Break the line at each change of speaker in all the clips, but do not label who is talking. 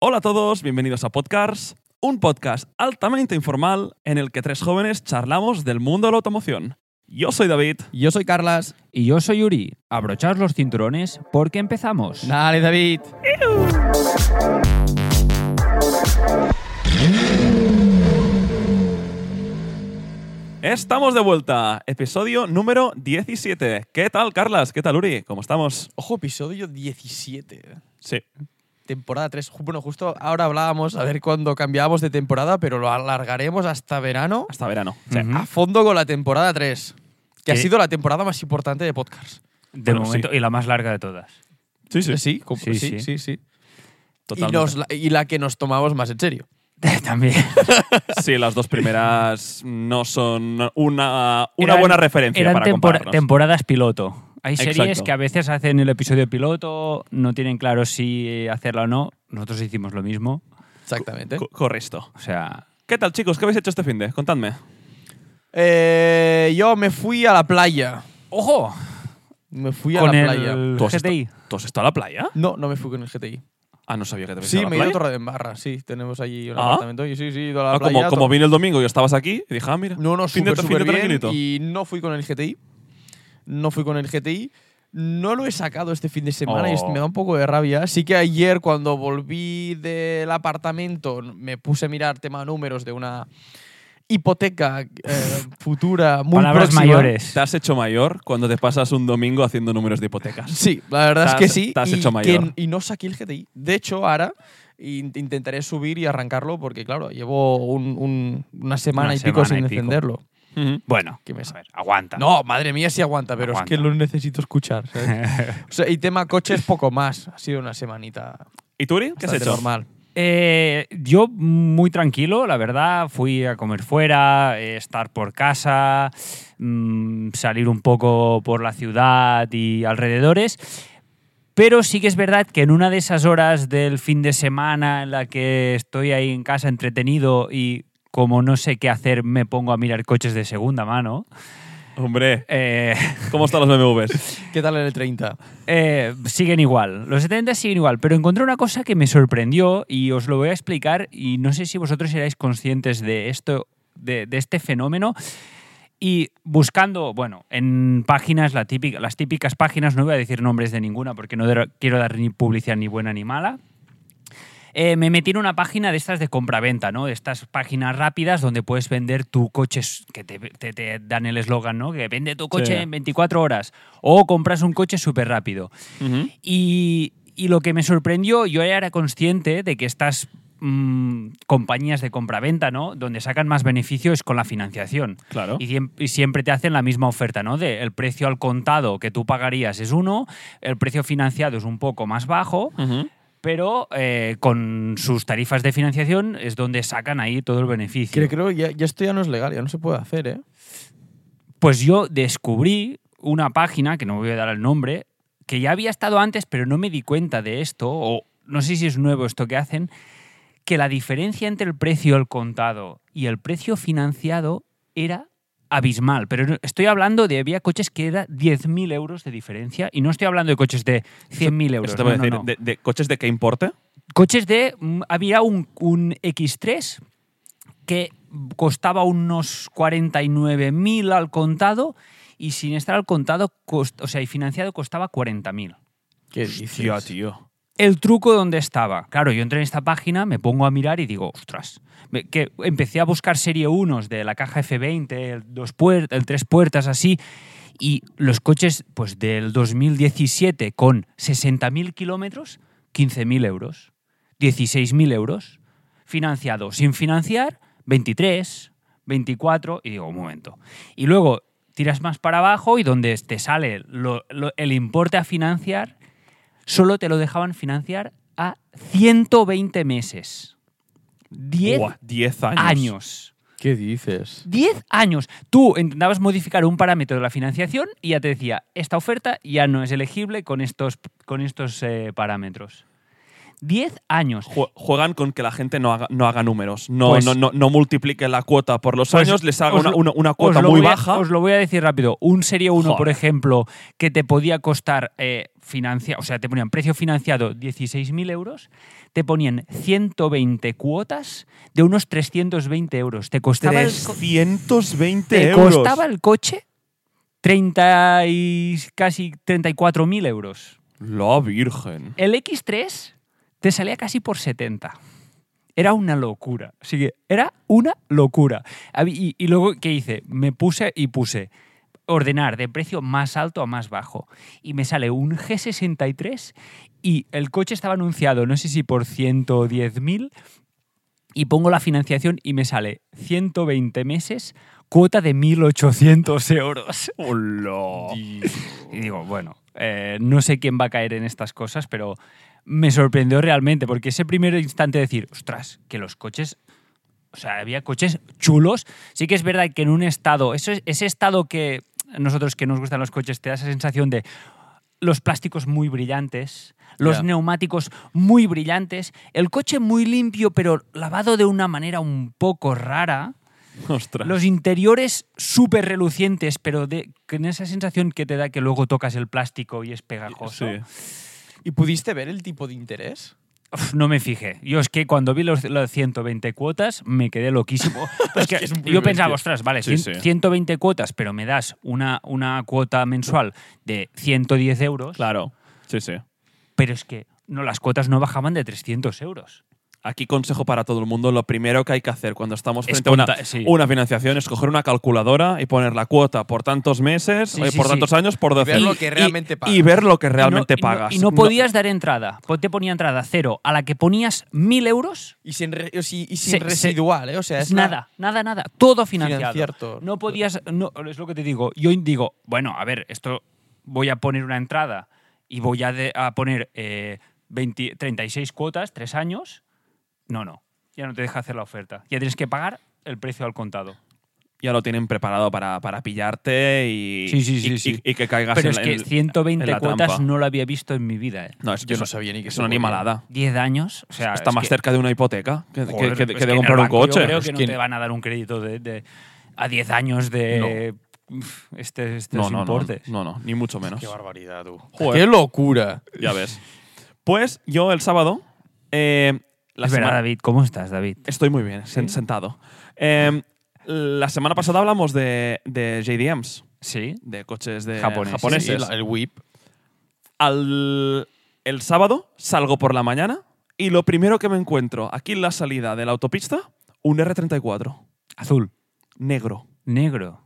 Hola a todos, bienvenidos a Podcasts, un podcast altamente informal en el que tres jóvenes charlamos del mundo de la automoción. Yo soy David.
Yo soy Carlas.
Y yo soy Yuri. Abrochaos los cinturones porque empezamos.
Dale, David.
Estamos de vuelta, episodio número 17. ¿Qué tal, Carlas? ¿Qué tal, Uri? ¿Cómo estamos?
Ojo, episodio 17.
Sí.
Temporada 3. Bueno, justo ahora hablábamos a ver cuándo cambiábamos de temporada, pero lo alargaremos hasta verano
Hasta verano. Ah, Sí.
Ujú.
a fondo con la temporada 3, que ha
Sí.
sido la temporada más importante de podcast.
De
Bueno,
momento, y la más larga de todas.
Sí,
Sí, com- sí,
Sí,
sí.
sí.
sí, Y,
Totalmente.
nos la, y la que nos tomamos más en serio.
También.
Sí, las dos primeras no son una, una
Eran-
buena referencia
Eran
para
tempora-
compararnos.
temporadas piloto. Hay series
Exacto.
que a veces hacen el episodio piloto, no tienen claro si hacerla o no. Nosotros hicimos lo mismo.
Exactamente.
Co- Correcto.
O sea,
¿Qué tal, chicos? ¿Qué habéis hecho este fin de? Contadme.
Eh, yo me fui a la playa.
¡ojo!
Me fui a
Con
la playa.
el
¿Tú has,
GTI.
esta- ¿Tú has estado a la playa?
No, no me fui con el GTI.
Ah, no sabía que te habías
Sí,
ido a la
me he ido a
playa.
Torredembarra, sí. Tenemos allí un
Ah.
apartamento. Y sí, sí, he ido a la
Ah,
playa.
como, como
Tor-
vine el domingo y estabas aquí, y dije, ah, mira.
No, no,
fin de-
súper,
fin de
súper bien.
tranquilito.
Y no fui con el GTI. No fui con el GTI. No lo he sacado este fin de semana y es-
Oh.
me da un poco de rabia. Sí que ayer cuando volví del apartamento me puse a mirar tema números de una hipoteca eh, futura muy
Palabras
próxima.
mayores.
Te has hecho mayor cuando te pasas un domingo haciendo números de hipotecas.
Sí, la verdad
Te
es que
has-
sí.
te has
y,
hecho
que-
mayor.
y no saqué el GTI. De hecho, ahora in- intentaré subir y arrancarlo porque, claro, llevo un- un- una semana
Una
y pico
semana
sin
y pico.
encenderlo.
Ujú.
Bueno,
Que me sa-
a ver, aguanta.
No, madre mía, sí aguanta, pero es que
Aguanta.
lo necesito escuchar. ¿sabes? o sea, y tema coches, poco más. Ha sido una semanita
¿Y tú, Uri? ¿Qué has
bastante
hecho?
normal.
Eh, yo muy tranquilo, la verdad. Fui a comer fuera, eh, estar por casa, mm, salir un poco por la ciudad y alrededores. Pero sí que es verdad que en una de esas horas del fin de semana en la que estoy ahí en casa entretenido y como no sé qué hacer, me pongo a mirar coches de segunda mano.
Hombre,
eh,
¿cómo están los BMWs?
¿Qué tal en el 30?
eh, siguen igual. Los 70 siguen igual, pero encontré una cosa que me sorprendió y os lo voy a explicar y no sé si vosotros erais conscientes de esto, de, de este fenómeno. Y buscando, bueno, en páginas, la típica- las típicas páginas, no voy a decir nombres de ninguna porque no dar- quiero dar ni publicidad ni buena ni mala. Eh, me metí en una página de estas de compraventa, ¿no? De estas páginas rápidas donde puedes vender tu coche, s- que te, te- te dan el eslogan, ¿no? Que vende tu coche
Sí.
en 24 horas o compras un coche súper rápido.
Ujú.
Y, y lo que me sorprendió, yo ya era consciente de que estas mm, compañías de compraventa, ¿no? Donde sacan más beneficios es con la financiación.
Claro.
Y, siem- y siempre te hacen la misma oferta, ¿no? De el precio al contado que tú pagarías es uno, el precio financiado es un poco más bajo,
Ujú.
pero eh, con sus tarifas de financiación es donde sacan ahí todo el beneficio.
Creo, creo que ya, ya esto ya no es legal, ya no se puede hacer, ¿eh?
Pues yo descubrí una página, que no voy a dar el nombre, que ya había estado antes, pero no me di cuenta de esto, o no sé si es nuevo esto que hacen, que la diferencia entre el precio al contado y el precio financiado era abismal. Pero no- estoy hablando de, había coches que era 10.000 euros de diferencia, y no estoy hablando de coches de 100.000 euros.
Eso te voy a
no, no,
decir,
no.
De, de coches de qué importe?
Coches de. mm, Había un, un X3 que costaba unos 49.000 al contado y sin estar al contado, cost- o sea, y financiado costaba 40.000.
¿Qué
Hostia, tío.
El truco dónde estaba. Claro, yo entré en esta página, me pongo a mirar y digo, ostras, me- que empecé a buscar serie 1 de la caja F20, el, dos puer- el tres puertas así, y los coches pues del 2017 con 60.000 kilómetros, 15.000 euros, 16.000 euros, financiado sin financiar, 23, 24, y digo, un momento. Y luego tiras más para abajo y donde te sale lo- lo- el importe a financiar, solo te lo dejaban financiar a 120 meses. 10
Buah, 10 años.
años.
¿Qué dices?
10 años. Tú intentabas modificar un parámetro de la financiación y ya te decía, esta oferta ya no es elegible con estos, con estos eh, parámetros. 10 años.
Jue- Juegan con que la gente no haga, no haga números, no,
Pues-
no, no, no multiplique la cuota por los
Pues
años, les haga
os
una,
lo-
una- una
Os
cuota
lo
muy
voy a-
baja.
os lo voy a decir rápido. Un Serie 1, por
Joder.
ejemplo, que te podía costar eh, financia, o sea, te ponían precio financiado 16.000 euros, te ponían 120 cuotas de unos 320 euros. Te costaba, el, co-
320
te
euros.
costaba el coche 30 y casi 34.000 euros.
La Virgen.
El X3 te salía casi por 70. Era una locura. Así que era una locura. Hab- Y, y luego, ¿qué hice? Me puse y puse ordenar de precio más alto a más bajo. Y me sale un G63 y el coche estaba anunciado, no sé si por 110.000, y pongo la financiación y me sale 120 meses, cuota de 1.800 euros.
Hola.
Y digo, bueno, eh, no sé quién va a caer en estas cosas, pero me sorprendió realmente, porque ese primer instante de decir, ostras, que los coches. O sea, había coches chulos. Sí que es verdad que en un estado, eso es- ese estado que nosotros que nos gustan los coches, te da esa sensación de los plásticos muy brillantes, los
Ya.
neumáticos muy brillantes, el coche muy limpio, pero lavado de una manera un poco rara.
Ostras.
Los interiores súper relucientes, pero de, con esa sensación que te da que luego tocas el plástico y es pegajoso.
Sí.
¿Y pudiste ver el tipo de interés?
Uf, no me fijé. Yo es que cuando vi los, las 120 cuotas me quedé loquísimo. Es que
que es muy
yo pensaba,
bestia.
ostras, vale,
Sí,
cien-
sí.
120 cuotas, pero me das una, una cuota mensual de 110 euros.
Claro. Sí, sí.
Pero es que no, las cuotas no bajaban de 300 euros.
Aquí consejo para todo el mundo. Lo primero que hay que hacer cuando estamos
Es
frente a una,
conta- sí.
una financiación es coger una calculadora y poner la cuota por tantos meses,
Sí,
eh,
sí,
por
sí.
tantos años, por 12.
ver
Y-
lo que
y-
realmente pagas.
Y ver lo que realmente
Y no- y no-
pagas.
Y no, podías dar entrada. Pues Te ponía entrada cero. A la que ponías 1.000 euros,
Y sin, re- o si- y
Se-
sin
se-
residual, ¿eh? O sea, es la-
nada, nada, nada. Todo financiado.
Financiado.
No podías. No, es lo que te digo. Yo digo, bueno, a ver, esto voy a poner una entrada y voy a, de- a poner eh, 20 36 cuotas, 3 años. No, no. Ya no te deja hacer la oferta. Ya tienes que pagar el precio al contado.
Ya lo tienen preparado para, para pillarte y,
Sí, sí, sí,
y-
sí.
y- y que caigas
Pero
en
es
la-
que
en la-
120
en la
cuotas
trampa.
no lo había visto en mi vida. ¿eh?
No, es,
Yo
es-
no sabía ni que
Es
se
una
podía.
animalada.
10 años. O sea,
Está
es
más
que-
cerca de una hipoteca que, que-
Joder,
que-
pues
que de
en el
comprar un
banco
coche.
Yo creo
Es
que no
que-
te van a dar un crédito de, de- a 10 años de uf, este, estos
no, no, no,
importes.
no, no, ni mucho menos.
Qué barbaridad, tú.
Joder.
Qué locura.
Ya ves. Pues yo el sábado. eh, la
es verdad,
semana-
David. ¿Cómo estás, David?
Estoy muy bien, sen- sentado. Eh, la semana pasada hablamos de, de JDMs,
Sí.
de coches de
Japoneses.
japoneses.
Sí, la- el whip.
Al, el sábado salgo por la mañana y lo primero que me encuentro aquí en la salida de la autopista, un R34,
Azul.
negro,
Negro.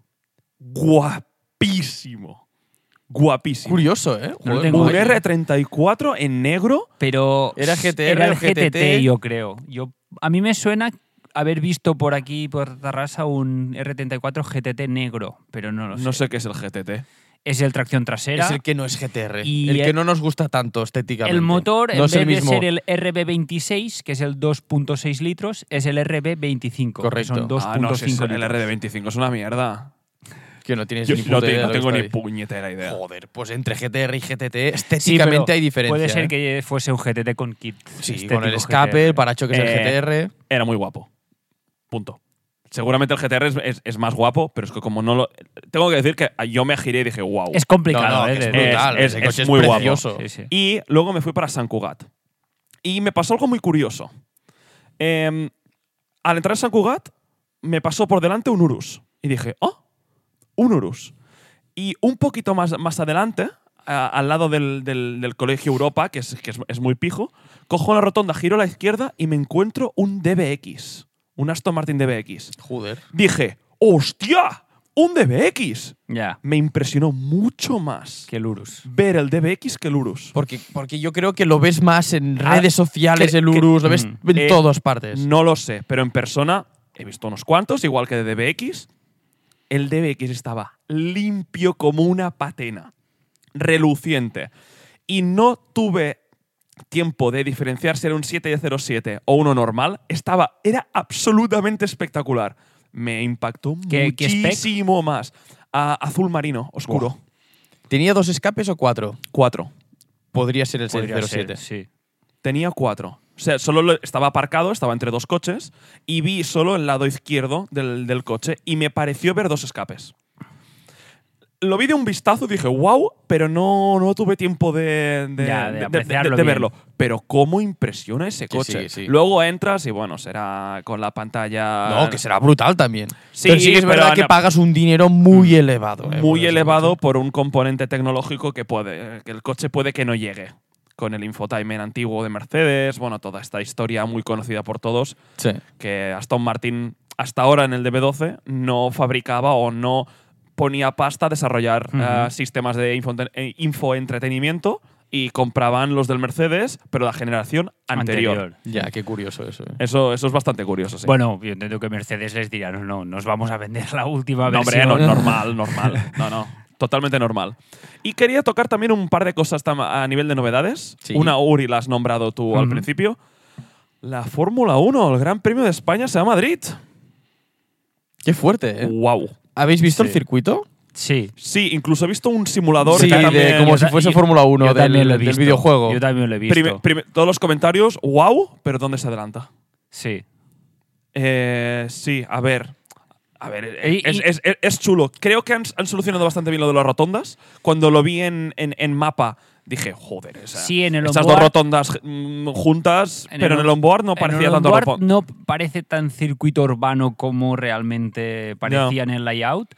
guapísimo, guapísimo.
Curioso, ¿eh?
No lo
Joder,
tengo
Un
madre.
R34 en negro
Pero.
¿Era GTR
Era el
o GTT?
GTT, yo creo. Yo, a mí me suena haber visto por aquí, por Tarrasa, un R34 GTT negro, pero no lo sé.
No sé qué es el GTT.
Es el tracción trasera.
Es el que no es GTR.
Y
el
el-
que no nos gusta tanto estéticamente.
El motor,
no
en
es
vez
el mismo.
de ser el RB26, que es el 2.6 litros, es el RB25.
Correcto.
Que son 2.5
Ah, no, si es el
litros.
RD25 es una mierda.
Que no tienes
Yo
ni puta
no
idea
tengo,
de lo que
tengo
está
ni
ahí.
puñetera idea.
Joder, pues entre GTR y GTT
Sí, pero
estéticamente hay diferencia.
Puede ser
¿eh?
que fuese un GTT con kit.
Sí,
estético
con el escape, el
GTR.
parachoques
Eh,
del GTR.
Era muy guapo. Punto. Seguramente el GTR es, es- es más guapo, pero es que como no lo. Tengo que decir que yo me giré y dije, wow.
Es complicado,
no, no, que
¿eh?
es
de- de-
brutal.
es-
ese
es
coche es
muy guapo.
precioso.
Sí, sí.
Y luego me fui para San Cugat. Y me pasó algo muy curioso. Eh, al entrar a San Cugat, me pasó por delante un Urus. Y dije, oh, un Urus. Y un poquito más, más adelante, a- al lado del, del- del Colegio Europa, que, es, que es, es muy pijo, cojo la rotonda, giro a la izquierda y me encuentro un DBX. Un Aston Martin DBX.
Joder.
Dije, hostia, un DBX.
Ya.
Me impresionó mucho más
Que el Urus.
ver el DBX que el Urus.
Porque, porque yo creo que lo ves más en
Ah,
redes sociales,
que-
el Urus,
que-
lo ves
mm,
en
eh,
todas partes.
No lo sé, pero en persona he visto unos cuantos, igual que de DBX. El DBX estaba limpio como una patena, reluciente. Y no tuve tiempo de diferenciar si era un 707 o uno normal. Estaba, era absolutamente espectacular. Me impactó
¿Qué- qué spec?
muchísimo más. A- azul marino, oscuro.
¿Tenía dos escapes o cuatro?
Cuatro.
Podría ser el
Podría
607.
ser, sí.
tenía cuatro. O sea, solo lo- estaba aparcado, estaba entre dos coches, y vi solo el lado izquierdo del, del coche y me pareció ver dos escapes. Lo vi de un vistazo y dije, wow, pero no, no tuve tiempo de, de-
Ya, de
de- de-
apreciarlo
de- de
bien.
verlo. Pero cómo impresiona ese
Que
coche.
sí, sí.
Luego entras y bueno, será con la pantalla...
No, Ah, que será brutal también.
Sí,
pero sí que es
pero
verdad
Ana-
que pagas un dinero muy elevado. eh, por
muy
ese
elevado
coche.
por un componente tecnológico que puede que el coche puede que no llegue con el infotainment antiguo de Mercedes bueno toda esta historia muy conocida por todos
Sí.
que Aston Martin hasta ahora en el DB12 no fabricaba o no ponía pasta a desarrollar
Ujú.
eh, sistemas de info- eh, infoentretenimiento y compraban los del Mercedes pero la generación anterior,
Ya, qué curioso eso. eh.
Eso, eso es bastante curioso sí.
Bueno, yo entiendo que Mercedes les dirá, no, no, nos vamos a vender la última
No, hombre,
versión.
no, normal, normal. No, no. Totalmente normal. Y quería tocar también un par de cosas tam- a nivel de novedades.
Sí.
Una, Uri, la has nombrado tú al
Ujú.
principio. La Fórmula 1, el Gran Premio de España, se va a Madrid.
Qué fuerte, ¿eh?
¡Wow!
¿Habéis visto
Sí.
el circuito?
Sí.
Sí, incluso he visto un simulador
Sí,
que
de-
también-
como si
ta-
fuese Fórmula 1
yo
del-
también lo he
del
visto.
videojuego.
Yo también lo he visto.
Prime- prime- todos los comentarios, wow, pero ¿dónde se adelanta?
sí.
Eh, sí, a ver. A ver, eh,
Y-
es,
y-
es- es- es chulo. Creo que han, han solucionado bastante bien lo de las rotondas. Cuando lo vi en, en- en mapa, dije, joder, esa,
Sí, en el
esas dos
onboard-
rotondas mm, juntas,
En
pero
el
en el onboard no
En
parecía
el
tanto
onboard
rotonda.
No parece tan circuito urbano como realmente parecía en el layout.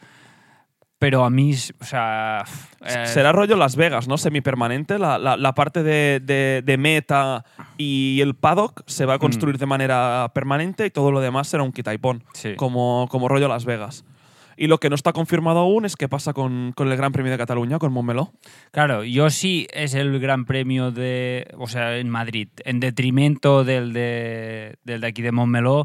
Pero a mí, o sea. eh,
Será rollo Las Vegas, ¿no? Semipermanente. La, la- la parte de, de- de meta y el paddock se
Mm.
va a construir de manera permanente y todo lo demás será un quitaipón,
Sí.
como, como rollo Las Vegas. Y lo que no está confirmado aún es qué pasa con, con el Gran Premio de Cataluña, con Montmeló.
Claro, yo sí es el gran premio de. O sea, en Madrid. En detrimento del de, del de aquí de Montmeló.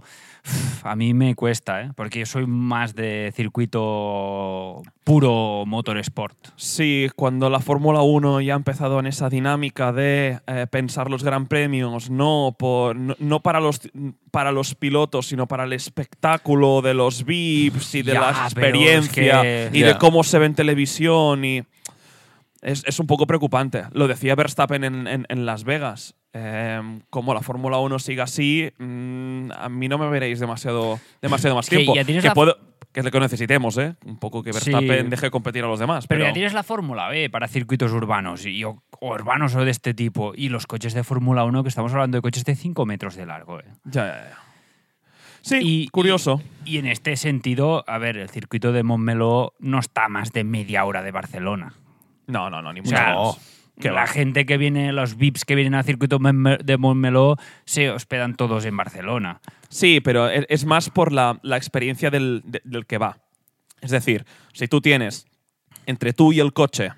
uf, A mí me cuesta, ¿eh? porque yo soy más de circuito puro motorsport.
Sí, cuando la Fórmula 1 ya ha empezado en esa dinámica de eh, pensar los gran premios no, por, no, no para, los, para los pilotos, sino para el espectáculo de los VIPs y de
Ya,
la
pero es
experiencia
que-
y de
Ya.
cómo se ve en televisión. y es, es un poco preocupante. Lo decía Verstappen en, en- en Las Vegas. Eh, como la Fórmula 1 siga así, mm, a mí no me veréis demasiado, demasiado más
Que
tiempo.
ya tienes
Que
la-
puedo- que es lo que necesitemos, ¿eh? Un poco que
Sí.
Verstappen deje competir a los demás.
Pero,
Pero,
ya tienes la Fórmula B para circuitos urbanos y, o, o urbanos o de este tipo. Y los coches de Fórmula 1, que estamos hablando de coches de 5 metros de largo. ¿eh?
Ya, ya, ya. Sí,
Y-
curioso.
Y en este sentido, a ver, el circuito de Montmeló no está a más de media hora de Barcelona.
no, no, no, ni
O
mucho
sea,
menos. Qué
la
va.
gente que viene, los VIPs que vienen al circuito Monme- de Montmeló, se hospedan todos en Barcelona.
Sí, pero e- es más por la, la experiencia del, de- del que va. Es decir, si tú tienes entre tú y el coche,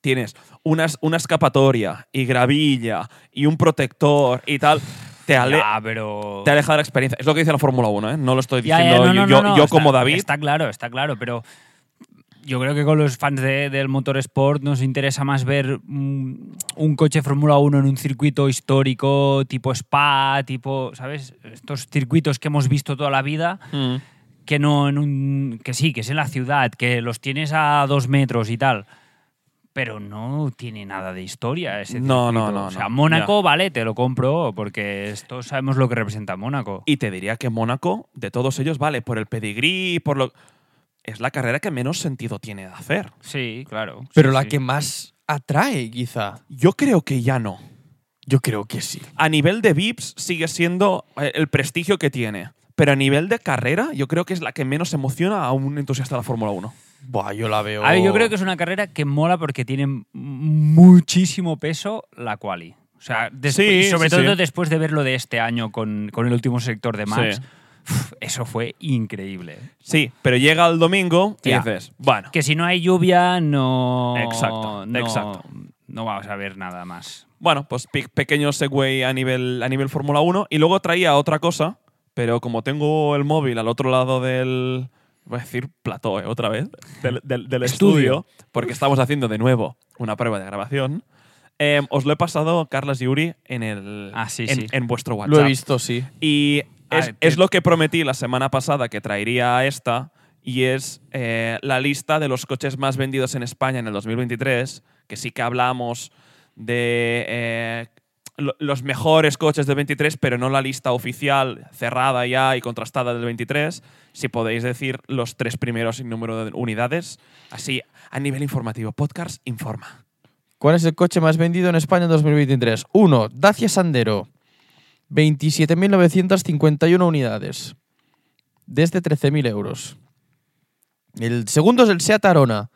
tienes unas, una escapatoria y gravilla y un protector y tal, te, ale-
Ya, pero...
te aleja de la experiencia. Es lo que dice la Fórmula 1, ¿eh? No lo estoy
Ya,
diciendo
ya, no,
yo,
no,
yo-
no, no,
yo
está-
como David.
Está claro, está claro, pero yo creo que con los fans de- del motorsport nos interesa más ver mm, un coche Fórmula 1 en un circuito histórico, tipo Spa, tipo, ¿sabes? Estos circuitos que hemos visto toda la vida,
Mm.
que no en un. que sí, que es en la ciudad, que los tienes a dos metros y tal. Pero no tiene nada de historia ese
No, no,
circuito.
no,
O sea,
no,
Mónaco, vale, te lo compro, porque esto sabemos lo que representa Mónaco.
Y te diría que Mónaco, de todos ellos, vale, por el pedigrí, por lo. Es la carrera que menos sentido tiene de hacer.
Sí, claro.
Pero
sí,
la
sí.
que más atrae, quizá.
Yo creo que ya no.
Yo creo que sí.
A nivel de VIPs sigue siendo eh, el prestigio que tiene. Pero a nivel de carrera, yo creo que es la que menos emociona a un entusiasta de la Fórmula 1.
Buah, yo la veo.
A ver, yo creo que es una carrera que mola porque tiene muchísimo peso la quali. O sea, despu-
Sí,
y sobre
sí,
todo
sí.
después de verlo de este año con, con el último sector de Max,
Sí.
uf, eso fue increíble.
Sí, pero llega el domingo y
Ya.
dices, bueno,
Que si no hay lluvia, no.
Exacto,
no-
exacto.
No vamos a ver nada más.
bueno, pues pe- pequeño segue a nivel, a nivel Fórmula 1. Y luego traía otra cosa, pero como tengo el móvil al otro lado del. Voy a decir plató, eh, otra vez. Del, del- del estudio,
Estudio.
porque estamos haciendo de nuevo una prueba de grabación. eh, os lo he pasado, Carlas y Uri, en, el,
Ah, sí,
en,
sí.
en vuestro WhatsApp.
Lo he visto, sí.
Y
Ah,
es,
te-
es lo que prometí la semana pasada que traería a esta, y es eh, la lista de los coches más vendidos en España en el 2023, que sí que hablamos de eh, lo- los mejores coches del 23, pero no la lista oficial cerrada ya y contrastada del 23, si podéis decir los tres primeros en número de unidades. Así, a nivel informativo, Podcast informa.
¿Cuál es el coche más vendido en España en 2023? 1. Dacia Sandero. 27.951 unidades. Desde 13.000 euros. El segundo es el Seat Arona.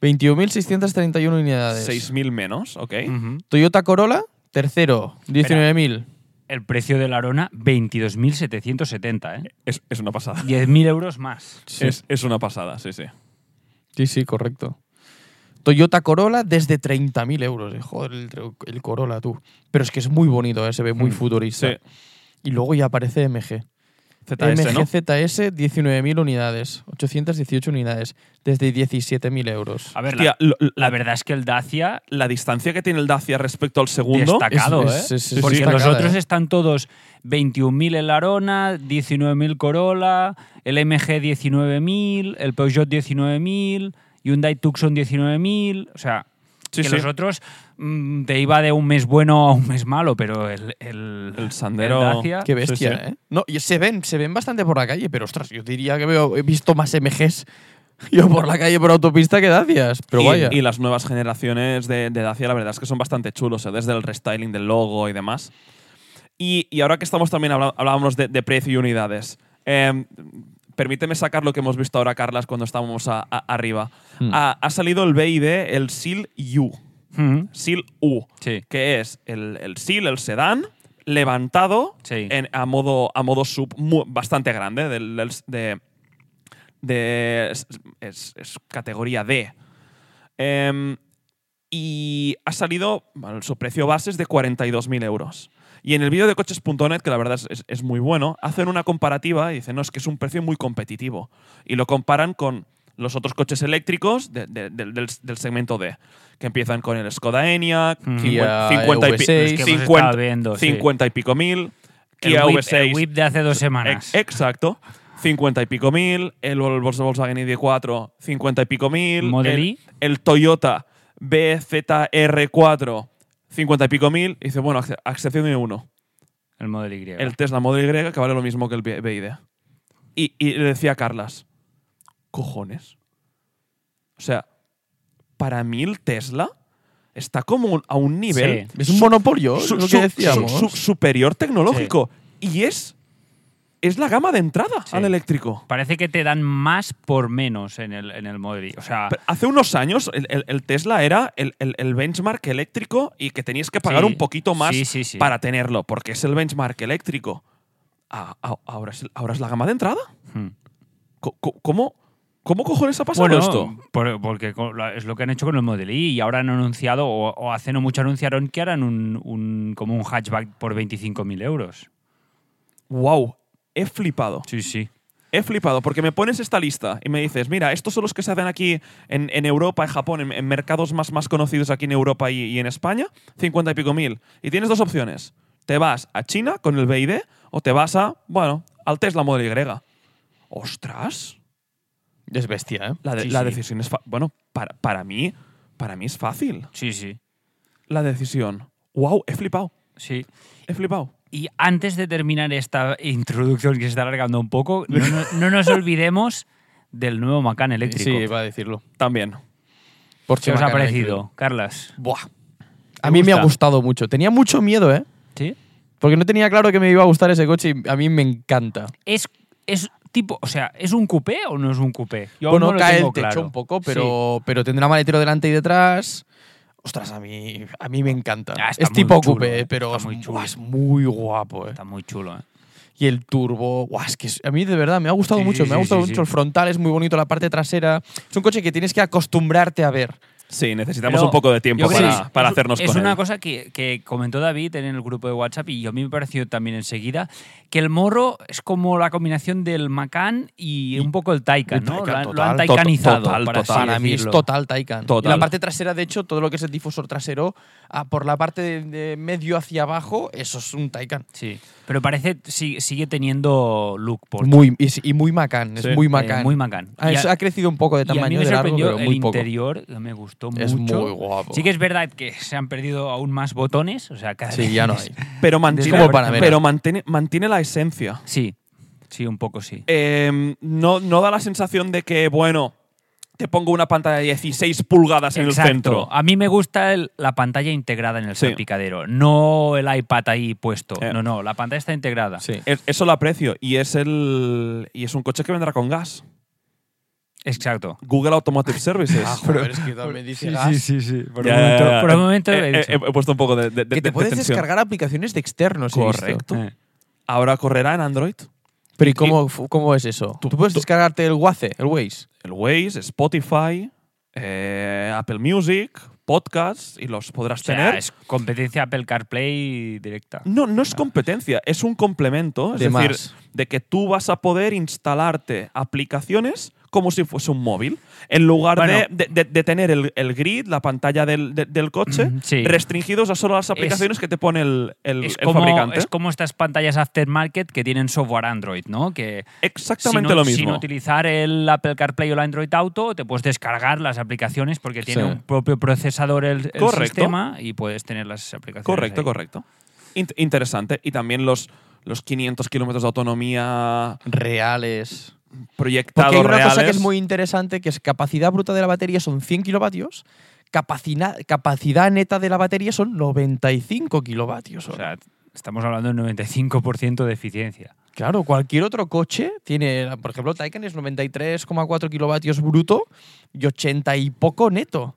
21.631 unidades. Mm.
6.000 menos, ok.
Ujú.
Toyota Corolla. Tercero. 19.000.
El precio de la Arona, 22.770, ¿eh?
Es, es una pasada.
10.000 euros más.
Sí.
Es, es una pasada, sí, sí.
sí, sí, correcto. Toyota Corolla desde 30.000 euros. eh. Joder, el, el Corolla, tú. Pero es que es muy bonito, eh, se ve muy
Mm,
futurista.
sí.
Y luego ya aparece MG.
ZS, ¿no?
MGZS, 19.000 unidades, 818 unidades, desde 17.000 euros.
A ver,
Hostia,
la,
lo- lo-
la verdad es que el Dacia,
La distancia que tiene el Dacia respecto al segundo.
Destaca- destacado,
Es-
¿eh?
es- es- es
porque
destacada,
los otros
¿eh?
están todos 21.000 el Arona, 19.000 Corolla, el MG 19.000, el Peugeot 19.000, Hyundai Tucson 19.000, o sea...
Sí,
que
sí.
los otros mm, te iba de un mes bueno a un mes malo, pero el, el,
El Sandero-
Dacia-
Qué
Sí,
bestia,
sí.
¿eh? No, y se ven, se ven bastante por la calle, pero ostras, yo diría que veo, he visto más MGs yo por la calle por autopista que Dacias. Pero
y,
vaya.
y las nuevas generaciones de, de Dacia, la verdad es que son bastante chulos, ¿eh? desde el restyling del logo y demás. Y, y ahora que estamos también habla- hablábamos de, de precio y unidades. eh, permíteme sacar lo que hemos visto ahora, Carlas, cuando estábamos a- a- arriba.
Mm.
Hmm.
Ha, ha salido el BID, el SEAL U.
Ujú.
SEAL U.
Sí.
que es el, el SEAL, el sedán, levantado
Sí.
en- a, modo, a modo sub mu- bastante grande, del- del- de, de- es, es- es categoría D. Em, y ha salido, bueno, su precio base es de 42.000 euros. Y en el vídeo de coches.net, que la verdad es, es- es muy bueno, hacen una comparativa y dicen, no, es que es un precio muy competitivo. Y lo comparan con los otros coches eléctricos de- de- del, del- del segmento D, que empiezan con el Skoda Enyaq,
Mm.
Kia
50 y, pi-
EV6, que hemos
50
estado viendo, sí.
50 y pico mil,
El
Kia
whip,
V6,
el whip de hace dos
Ex-
semanas.
Exacto. 50 y pico mil. El Vol- Volkswagen ID4, 50 y pico mil.
Model
el,
I.
el Toyota BZR4, 50 y pico mil. Y dice, bueno, acce- a excepción de uno.
el modelo Y.
El Tesla Model Y, que vale lo mismo que el B- BID. Y, y le decía a Carlas, cojones. O sea, para mí el Tesla está como un- a un nivel
Sí.
es un monopolio,
su-
lo
su-
que decíamos.
su- su- superior tecnológico. Y es, es la gama de entrada
Sí.
al eléctrico.
Parece que te dan más por menos en el, en el Model Y. O sea,
Pero hace unos años el, el- el Tesla era el, el- el benchmark eléctrico y que tenías que pagar
Sí.
un poquito más
Sí, sí, sí.
para tenerlo, porque es el benchmark eléctrico. A- a- ahora, es, ahora es la gama de entrada.
hmm.
Co- co- ¿Cómo, cómo cojones ha pasado esto?
por- porque con la- es lo que han hecho con el Model Y y ahora han anunciado, o, o hace no mucho anunciaron que harán un, un- como un hatchback por 25.000 euros.
¡Wow! He flipado.
Sí, sí.
He flipado porque me pones esta lista y me dices, mira, estos son los que se hacen aquí en, en Europa, en Japón, en, en mercados más, más conocidos aquí en Europa y, y en España, 50 y pico mil. Y tienes dos opciones. Te vas a China con el BID o te vas a, bueno, al Tesla Model Y. ¡Ostras!
es bestia, ¿eh?
La, de-
Sí,
la
sí.
decisión es... fa- Bueno, para, para mí, para mí es fácil
Sí, sí.
la decisión. ¡Wow! He flipado.
Sí.
He flipado.
Y antes de terminar esta introducción que se está alargando un poco, no, no- no nos olvidemos del nuevo Macan eléctrico.
Sí, va a decirlo.
También.
Porsche
¿Qué os ha
Macan
parecido, Carlas?
Electric. Buah. A mí me ha
gusta?
gustado mucho. Tenía mucho miedo, ¿eh?
¿Sí?
Porque no tenía claro que me iba a gustar ese coche y a mí me encanta.
Es, es tipo, o sea, ¿es un coupé o no es un coupé? Yo aún
bueno,
no lo
cae el
tengo
techo
claro.
un poco,
Sí.
pero, pero tendrá maletero delante y detrás. Ostras, a mí, a mí me encanta.
Ah, está
es
muy
tipo
chulo,
coupé,
eh.
pero
Está
es
muy
buah,
chulo.
es muy guapo. eh.
Está muy chulo, ¿eh?
Y el turbo, guau, es que es- a mí de verdad me ha gustado
Sí,
mucho.
sí,
me ha
sí,
gustado
sí,
mucho
sí.
el frontal, es muy bonito la parte trasera. Es un coche que tienes que acostumbrarte a ver.
Sí, necesitamos
Pero
un poco de tiempo
yo creo
para,
que
para
es-
hacernos
Es
con
una
él.
cosa que, que comentó David en el grupo de WhatsApp y a mí me pareció también enseguida que el morro es como la combinación del Macan y, un poco el Taycan,
y
¿no?
Taycan
Lo han- lo,
total,
han
total,
Taycanizado,
total,
para así
total.
Para mí es
decirlo.
total Taycan.
Total.
Y la parte trasera, de hecho, todo lo que es el difusor trasero, ah, por la parte de, de medio hacia abajo, eso es un Taycan.
Sí. Pero parece si- sigue teniendo look por
Muy, y, s- y muy macán,
Sí.
es muy macán.
Eh, muy macán.
Ah,
Y a-
es- ha crecido un poco de
y a mí
este tamaño
me
de largo,
sorprendió
pero
el
muy poco.
interior, me gustó
Es
mucho.
muy guapo.
Sí que es verdad que se han perdido aún más botones, o sea, cada
Sí,
vez
ya no
es-
hay.
Pero, mantiene,
como Panamera.
pero mantiene, mantiene la esencia.
Sí, sí, un poco sí.
Eh, no, no da la sensación de que, bueno, te pongo una pantalla de 16 pulgadas en
Exacto.
el centro.
A mí me gusta el- la pantalla integrada en el
Sí.
salpicadero, no el iPad ahí puesto.
Eh.
No, no, la pantalla está integrada.
Sí.
Es- Eso lo aprecio. Y es el. Y es un coche que vendrá con gas.
Exacto.
Google Automotive Services.
Ah, joder, es que también dice gas.
sí, sí. Por
Ya,
un momento,
ya, ya.
por un momento
Eh,
he
eh,
dicho.
he, he puesto un poco de, de- de-
Que te
de
puedes
tensión.
descargar aplicaciones de externos. he visto.
Correcto.
Eh.
Ahora correrá en Android.
Pero ¿y cómo, fu- cómo es eso? Tú, puedes descargarte el Waze, el Waze.
El Waze, Spotify, eh, Apple Music, Podcasts, y los podrás
O sea,
tener.
es competencia Apple CarPlay directa.
No, no es competencia, es un complemento. Es
De
decir,
más.
de que tú vas a poder instalarte aplicaciones como si fuese un móvil. En lugar de,
Bueno.
de- de- de tener el, el grid, la pantalla del, de- del coche,
Sí.
restringidos a solo las aplicaciones que te pone el, el-
es,
el
como,
fabricante.
es como estas pantallas aftermarket que tienen software Android, ¿no? Que
Exactamente
sin,
lo
Sin
mismo.
utilizar el Apple CarPlay o el Android Auto, te puedes descargar las aplicaciones porque tiene
Sí.
un propio procesador el, el
Correcto.
sistema y puedes tener las aplicaciones.
correcto,
ahí.
correcto. Int- interesante. Y también los, los 500 kilómetros de autonomía
Reales.
proyectados
Porque hay una cosa que
reales.
es muy interesante, que es capacidad bruta de la batería son 100 kilovatios, capacidad, capacidad neta de la batería son 95 kilovatios.
O sea, estamos hablando de un 95% de eficiencia.
claro, cualquier otro coche tiene, por ejemplo, Taycan es 93,4 kilovatios bruto y 80 y poco neto.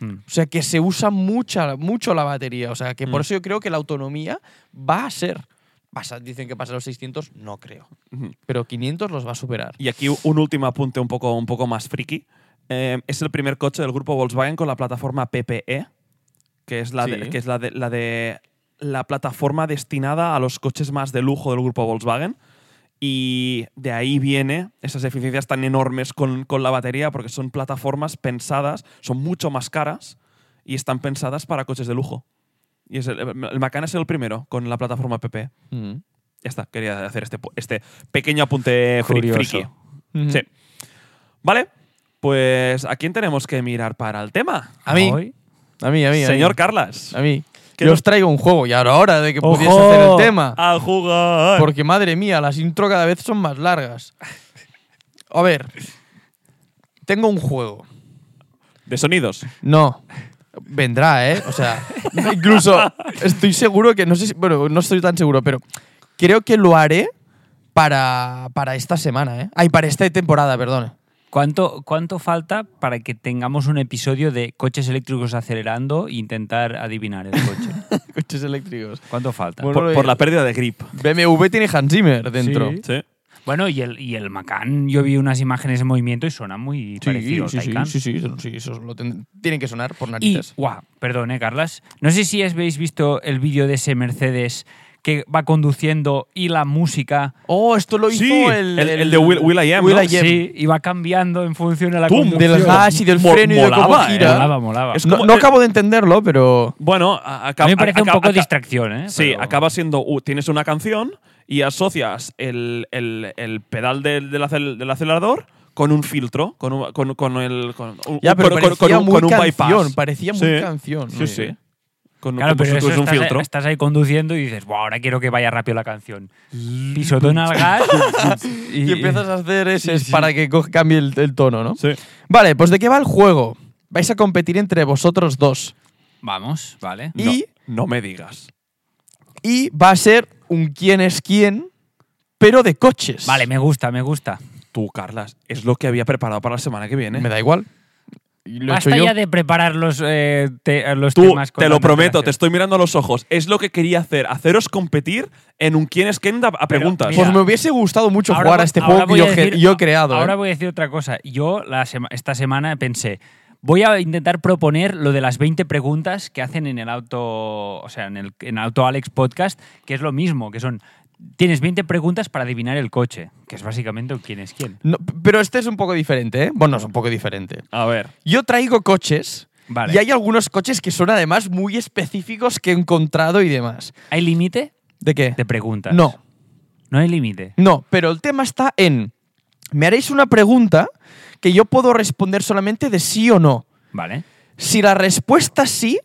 Mm.
O sea, que se usa mucha, mucho la batería. O sea, que por
Mm.
eso yo creo que la autonomía va a ser. pasa- dicen que pasa los 600, no creo.
Ujú.
Pero 500 los va a superar.
Y aquí un último apunte un poco, un poco más friki. Eh, es el primer coche del grupo Volkswagen con la plataforma PPE, que es la,
Sí.
de, que es la, de, la de- la plataforma destinada a los coches más de lujo del grupo Volkswagen. Y de ahí viene esas eficiencias tan enormes con, con la batería, porque son plataformas pensadas, son mucho más caras y están pensadas para coches de lujo. Y es el, el Macan es el primero con la plataforma PPE.
Mm.
Ya está, quería hacer este, pu- este pequeño apunte fri-
Curioso.
friki.
Mm.
Ujú.
Sí. Vale, pues ¿a quién tenemos que mirar para el tema?
A mí,
Hoy,
a mí, a mí. a mí.
Señor Carlas,
A mí.
¿Qué
Yo
no-
os traigo un juego y ahora hora de que
¡Ojo!
pudiese hacer el tema.
Ah,
a jugar.
Porque madre mía, las intro cada vez son más largas. A ver. Tengo un juego.
De sonidos.
No. Vendrá, ¿eh? O sea, incluso estoy seguro que, no sé si, bueno, no estoy tan seguro, pero creo que lo haré para, para esta semana, ¿eh? Ay, para esta temporada, perdón.
¿cuánto, ¿cuánto falta para que tengamos un episodio de coches eléctricos acelerando e intentar adivinar el coche?
Coches eléctricos.
¿Cuánto falta?
Bueno,
Por, por la pérdida de grip.
BMW tiene Hans Zimmer dentro.
Sí.
Sí.
Bueno, y el, y el Macan, yo vi unas imágenes en movimiento y suena muy parecido al Taycan.
sí, sí, eso- sí, eso lo ten- tienen que sonar por
Y,
narices.
guau, perdón, eh, Carlas. No sé si habéis visto el vídeo de ese Mercedes que va conduciendo y la música.
Oh, esto lo hizo
Sí,
el,
el- el de Will- Will.i.am, ¿no?
Will.i.am.
Sí, y va cambiando en función de la
¡Tum!
conducción. Ah,
Del gas y Ah, del
Mo-
freno y de cómo
molaba, ¿eh?
gira.
Molaba, molaba.
Es-
No,
como- eh,
no acabo de entenderlo, pero.
Bueno, a- acaba-
a mí me parece un
acaba-
poco
acaba-
distracción, ¿eh?
Sí,
Pero-
acaba siendo. uh, tienes una canción y asocias el, el- el pedal del, del acel- del acelerador con un filtro, con un, con, con el. Con, un-
Ya, pero
con-
parecía
con- con un-
muy
con un
canción,
bypass.
parecía muy
Sí.
canción.
Sí, sí. Con,
Claro,
como
pero
si
eso
fuese un
estás,
filtro.
estás ahí conduciendo y dices, wow, ahora quiero que vaya rápido la canción. Pisotón al gas y,
Y empiezas a hacer ese para que co- cambie el, el tono, ¿no?
Sí.
Vale, pues ¿de qué va el juego? Vais a competir entre vosotros dos.
Vamos, vale.
No,
Y-
no me digas.
Y va a ser un quién es quién, pero de coches.
Vale, me gusta, me gusta.
Tú, Carlas, es lo que había preparado para la semana que viene.
me da igual. Y Lo he hecho
Basta
yo.
ya de preparar los, eh, te- los
Tú,
temas. con
te
la
lo prometo, te
antelación.
estoy mirando a los ojos. Es lo que quería hacer, haceros competir en un quién es quién a- a preguntas.
mira,
Pues me hubiese gustado mucho
Ahora
jugar
voy-
a este
ahora
juego que
voy
yo,
a
ge-
decir-
yo he creado.
Ahora
¿eh?
voy a decir otra cosa. Yo la sema- esta semana pensé, voy a intentar proponer lo de las 20 preguntas que hacen en el auto, o sea, en el en Auto Alex podcast, que es lo mismo, que son tienes 20 preguntas para adivinar el coche, que es básicamente quién es quién.
No, p- pero este es un poco diferente, ¿eh? Bueno, es un poco diferente.
a ver.
Yo traigo coches.
Vale.
Y hay algunos coches que son además muy específicos que he encontrado y demás.
¿Hay límite?
¿De qué?
de preguntas.
No,
No hay límite.
no, pero el tema está en. Me haréis una pregunta que yo puedo responder solamente de sí o no.
Vale.
Si la respuesta es sí,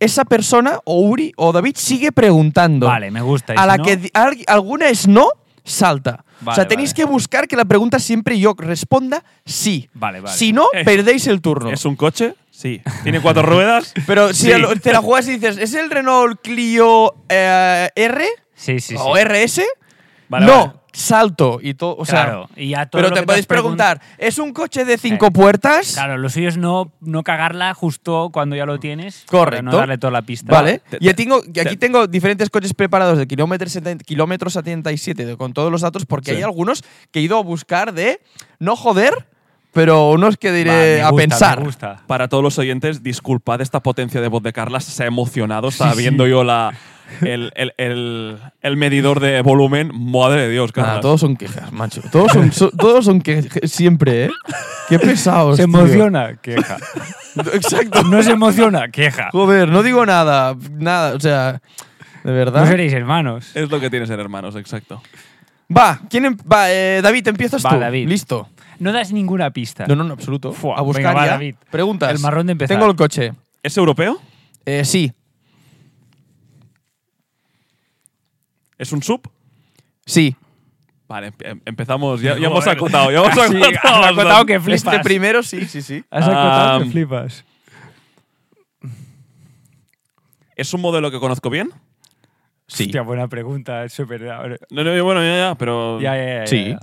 esa persona, o Uri o David, sigue preguntando.
Vale, me gusta. Y
A
si
la
no,
que di- al- alguna es no, salta. o sea,
Vale,
tenéis que
vale.
buscar que la pregunta siempre yo responda sí.
Vale, vale.
Si no,
Eh.
perdéis el turno.
¿Es un coche? Sí. ¿Tiene cuatro ruedas?
Pero si
Sí.
a lo- te la juegas y dices, ¿es el Renault Clio eh, R
Sí, sí, sí.
o RS?
Vale,
no,
vale.
salto y todo. O sea,
Claro, y ya todo
pero
lo
te
que te
podéis
has pregun- Eh.
preguntar, ¿es un coche de cinco puertas?
Claro, lo suyo es no, no cagarla justo cuando ya lo tienes. para
Mm. Correcto.
No darle toda la pista.
Vale.
Te-
Y aquí tengo, y aquí tengo diferentes coches preparados de kilómetro 70 kilómetro 77 de- con todos los datos, porque
Sí.
hay algunos que he ido a buscar de no joder, pero unos que
Va,
diré
me
a
gusta,
pensar.
Me gusta.
Para todos los oyentes, disculpad esta potencia de voz de Carlas. Se ha emocionado. Estaba viendo yo la, el, el- el- el medidor de volumen. Madre de Dios, Carlas.
Nada, todos son quejas, macho. Todos son, so- todos son quejas siempre, ¿eh? Qué pesados.
Se
tío.
emociona, queja.
Exacto.
No se emociona, queja.
Joder, no digo nada. Nada, o sea, de verdad.
No seréis hermanos.
Es lo que tiene ser hermanos, exacto.
Va, ¿quién em- va, eh, David, empiezas
Va,
tú.
David.
Listo.
No das ninguna pista.
No, no, en absoluto.
Fua,
a buscar
venga, va,
ya.
David.
Preguntas.
El marrón de empezar.
Tengo el coche.
¿Es europeo?
Eh, sí.
¿Es un sub?
Sí.
Vale, em- empezamos. Ya, ya hemos
Joder.
acotado. Ya hemos
Sí,
acotado.
has acotado que flipas.
Este primero sí, sí, sí.
Has acotado que
mm.
Ah,
flipas.
¿Es un modelo que conozco bien?
Sí.
Hostia, buena pregunta. es súper-
No, no, bueno, ya, ya, pero.
Ya, ya, ya,
Mm. Sí.
ya.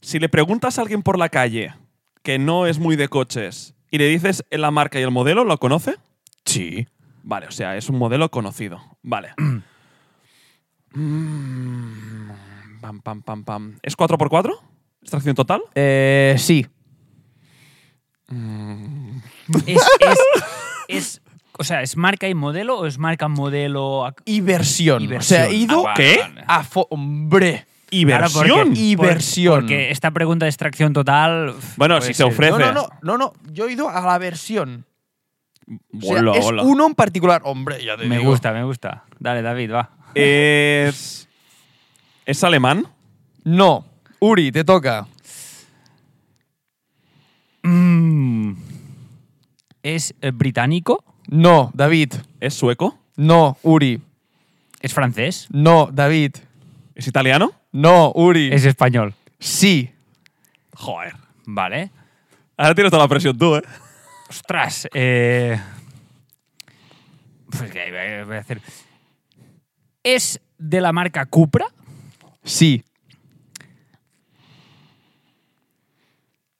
Si le preguntas a alguien por la calle que no es muy de coches y le dices la marca y el modelo, ¿lo conoce?
Sí.
Vale, o sea, es un modelo conocido. Vale. Mm, pam, pam, pam, pam. ¿Es 4x4? ¿Es tracción total?
Eh, sí.
Es, es, es- o sea, ¿es marca y modelo o es marca modelo? ac-
Y versión.
y
O sea, he
versión?
ido
Ah, vale,
¿Qué?
vale.
a fo- hombre.
¿Y
Claro,
versión?
porque-
Y
por-
versión.
Porque esta pregunta de extracción total. uf,
Bueno,
puede
si se
ser.
ofrece.
No, no, no, no, no. Yo he ido a la versión. O sea,
Hola,
es
hola.
uno en particular. Hombre, ya te
Me
digo.
gusta, me gusta. Dale, David, va.
Es. ¿Es alemán?
No. Uri, te toca.
Mm. ¿Es eh, británico?
No, David.
¿Es sueco?
No, Uri.
¿Es francés?
No, David.
¿Es italiano?
No, Uri.
¿Es español?
Sí.
Joder.
Vale.
Ahora tienes toda la presión tú, ¿eh?
Ostras. eh, Pues que eh, voy a hacer. ¿Es de la marca Cupra?
Sí.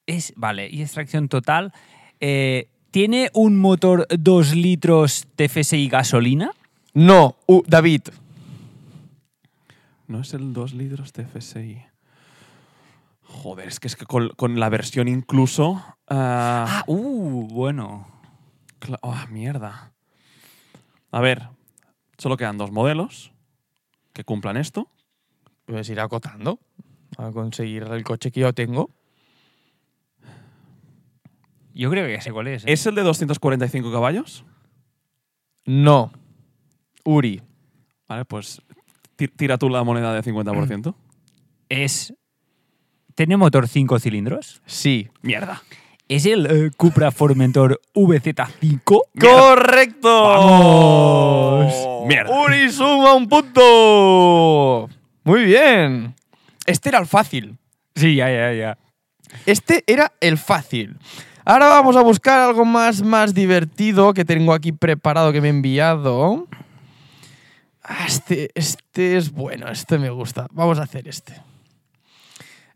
Es, vale, y extracción total. Eh, ¿Tiene un motor 2 litros TFSI gasolina?
No, U- David.
No es el 2 litros de FSI. Joder, es que, es que con, con la versión incluso. ah,
Ah, uh, bueno.
cla- ah, mierda. A ver, solo quedan dos modelos que cumplan esto.
Puedes ir acotando a conseguir el coche que yo tengo.
Yo creo que ya sé cuál es. ¿eh?
¿Es el de 245 caballos?
No. Uri.
Vale, pues ti- tira tú la moneda de 50%.
Es- ¿Tiene motor 5 cilindros?
Sí.
mierda.
¿Es el eh, Cupra Formentor VZ5?
¡Correcto!
¡Vamos!
Mierda.
¡Uri suma un punto! Muy bien. Este era el fácil.
Sí, ya, ya, ya.
Este era el fácil. Ahora vamos a buscar algo más, más divertido que tengo aquí preparado que me he enviado. Ah, Este, este es bueno, este me gusta. Vamos a hacer este.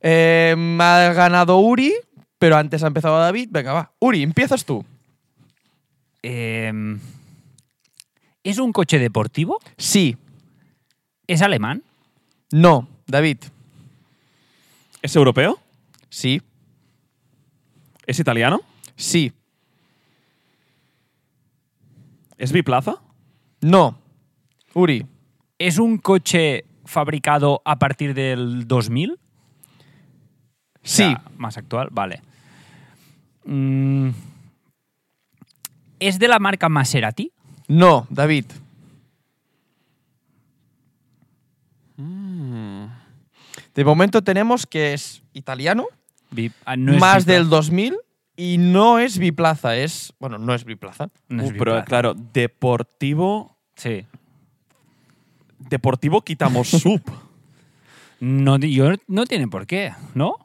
Eh, ha ganado Uri, pero antes ha empezado David. Venga, va. Uri, empiezas tú.
Em, ¿Es un coche deportivo?
Sí,
¿Es alemán?
no, David.
¿Es europeo?
Sí,
¿Es italiano?
sí,
¿Es biplaza?
no. Uri,
¿Es un coche fabricado a partir del 2000?
sí,
sea, más actual, vale. Mm. ¿Es de la marca Maserati?
no, David. De momento tenemos que es italiano,
Bi- ah, no es
más
biplaza.
del 2000 y no es biplaza, es. Bueno, no es biplaza.
No es
Uh, pero
biplaza.
claro, deportivo.
Sí.
Deportivo quitamos sub.
No, di- yo, no tiene por qué, ¿no?